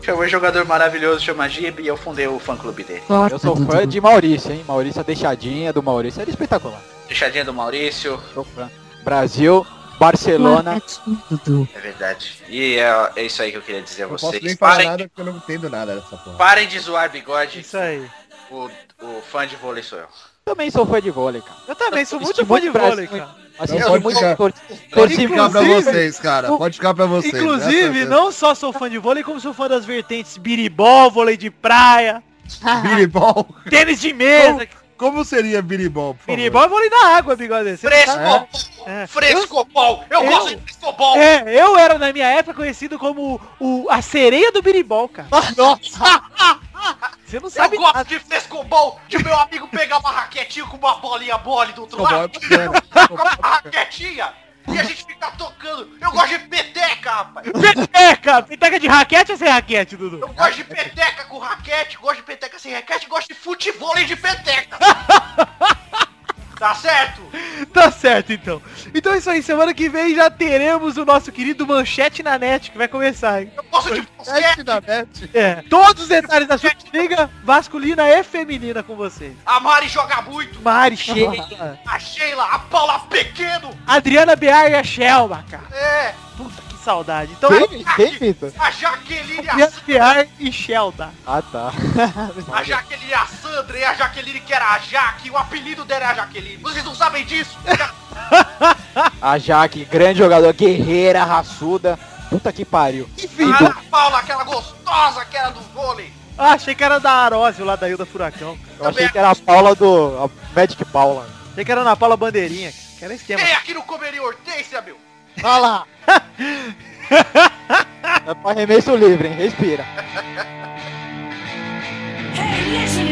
[SPEAKER 5] Chamou um jogador maravilhoso chamado Giba e eu fundei o fã clube dele.
[SPEAKER 2] Corta,
[SPEAKER 6] Eu sou
[SPEAKER 2] Dudu.
[SPEAKER 6] fã de Maurício, hein? Maurício, a deixadinha do Maurício era espetacular.
[SPEAKER 5] Deixadinha do Maurício,
[SPEAKER 6] Sou fã. Brasil, Barcelona.
[SPEAKER 2] Marketing, Dudu.
[SPEAKER 5] é verdade. E é, é isso aí que eu queria dizer a
[SPEAKER 7] Não posso
[SPEAKER 5] vocês.
[SPEAKER 7] nem falar
[SPEAKER 5] Parem,
[SPEAKER 7] nada é porque eu não entendo nada dessa porra.
[SPEAKER 5] parem de zoar bigode.
[SPEAKER 1] Isso aí.
[SPEAKER 5] O, o fã de vôlei sou eu.
[SPEAKER 6] Também sou fã de vôlei, cara.
[SPEAKER 1] Eu também sou muito
[SPEAKER 6] Assisti
[SPEAKER 1] fã de
[SPEAKER 6] muito
[SPEAKER 1] vôlei,
[SPEAKER 6] Brasil.
[SPEAKER 1] cara.
[SPEAKER 6] Assim,
[SPEAKER 7] Não,
[SPEAKER 6] sou
[SPEAKER 7] pode
[SPEAKER 6] muito
[SPEAKER 7] ficar.
[SPEAKER 6] torci-
[SPEAKER 7] Pode
[SPEAKER 6] torci
[SPEAKER 7] ficar pra
[SPEAKER 6] muito-
[SPEAKER 7] vocês, cara. Pode ficar pra vocês.
[SPEAKER 1] Inclusive,
[SPEAKER 7] graças a
[SPEAKER 1] não só sou fã de vôlei, como sou fã das vertentes biribol, vôlei de praia,
[SPEAKER 7] Deus. Biribol.
[SPEAKER 1] tênis de mesa.
[SPEAKER 7] Como seria biribol, por favor?
[SPEAKER 1] Biribol é vôlei da água, bigode. Você
[SPEAKER 5] Frescobol!
[SPEAKER 1] É.
[SPEAKER 5] Frescobol! Eu,
[SPEAKER 1] Eu-
[SPEAKER 5] gosto de frescobol!
[SPEAKER 1] É, eu era na minha época conhecido como o, a sereia do biribol, cara.
[SPEAKER 11] Nossa!
[SPEAKER 1] Você não
[SPEAKER 5] eu
[SPEAKER 1] sabe
[SPEAKER 5] gosto de frescobol! De meu amigo pegar uma raquetinha com uma bolinha mole do outro
[SPEAKER 7] Frescobol é
[SPEAKER 5] lado.
[SPEAKER 7] bacana.
[SPEAKER 5] Com uma raquetinha! E a gente fica tocando! Eu gosto de peteca, rapaz!
[SPEAKER 1] peteca! Peteca de raquete ou sem raquete, Dudu?
[SPEAKER 5] Eu gosto de peteca com raquete, gosto de peteca sem raquete, gosto de futebol e de peteca! tá certo?
[SPEAKER 1] Tá certo, então. Então é isso aí, semana que vem já teremos o nosso querido Manchete na Net, que vai começar, hein?
[SPEAKER 5] Eu gosto de
[SPEAKER 7] Sete
[SPEAKER 5] basquete,
[SPEAKER 7] da net.
[SPEAKER 1] É, todos os detalhes da Superliga vasculina e feminina com vocês.
[SPEAKER 5] a Mari joga muito,
[SPEAKER 1] Mari, Sheila,
[SPEAKER 5] a Sheila, a Paula Pequeno,
[SPEAKER 1] Adriana Bear e a Shelma, cara.
[SPEAKER 5] é,
[SPEAKER 1] Puta que saudade. Então,
[SPEAKER 6] Quem? é Quem, Vitor?
[SPEAKER 5] a Jaqueline, a
[SPEAKER 1] Adriana Bear e Shelda.
[SPEAKER 6] Ah, tá.
[SPEAKER 5] A Jaqueline é a Sandra e a Jaqueline que era a Jaque, o apelido dela é a Jaqueline. Vocês não sabem disso?
[SPEAKER 6] A Jaque, grande jogador, guerreira, raçuda. Puta que pariu. Enfim,
[SPEAKER 5] A Ana Paula, aquela gostosa, aquela do vôlei.
[SPEAKER 1] Ah, achei que era da Arósio lá da Ilda Furacão.
[SPEAKER 6] eu achei que era a Paula do... A Magic Paula.
[SPEAKER 1] Achei que era Ana Paula Bandeirinha, que era esquema.
[SPEAKER 5] Quem aqui não comeria hortência, meu?
[SPEAKER 11] Olha lá.
[SPEAKER 6] É pra arremesso livre, hein? Respira.
[SPEAKER 10] Hey, listen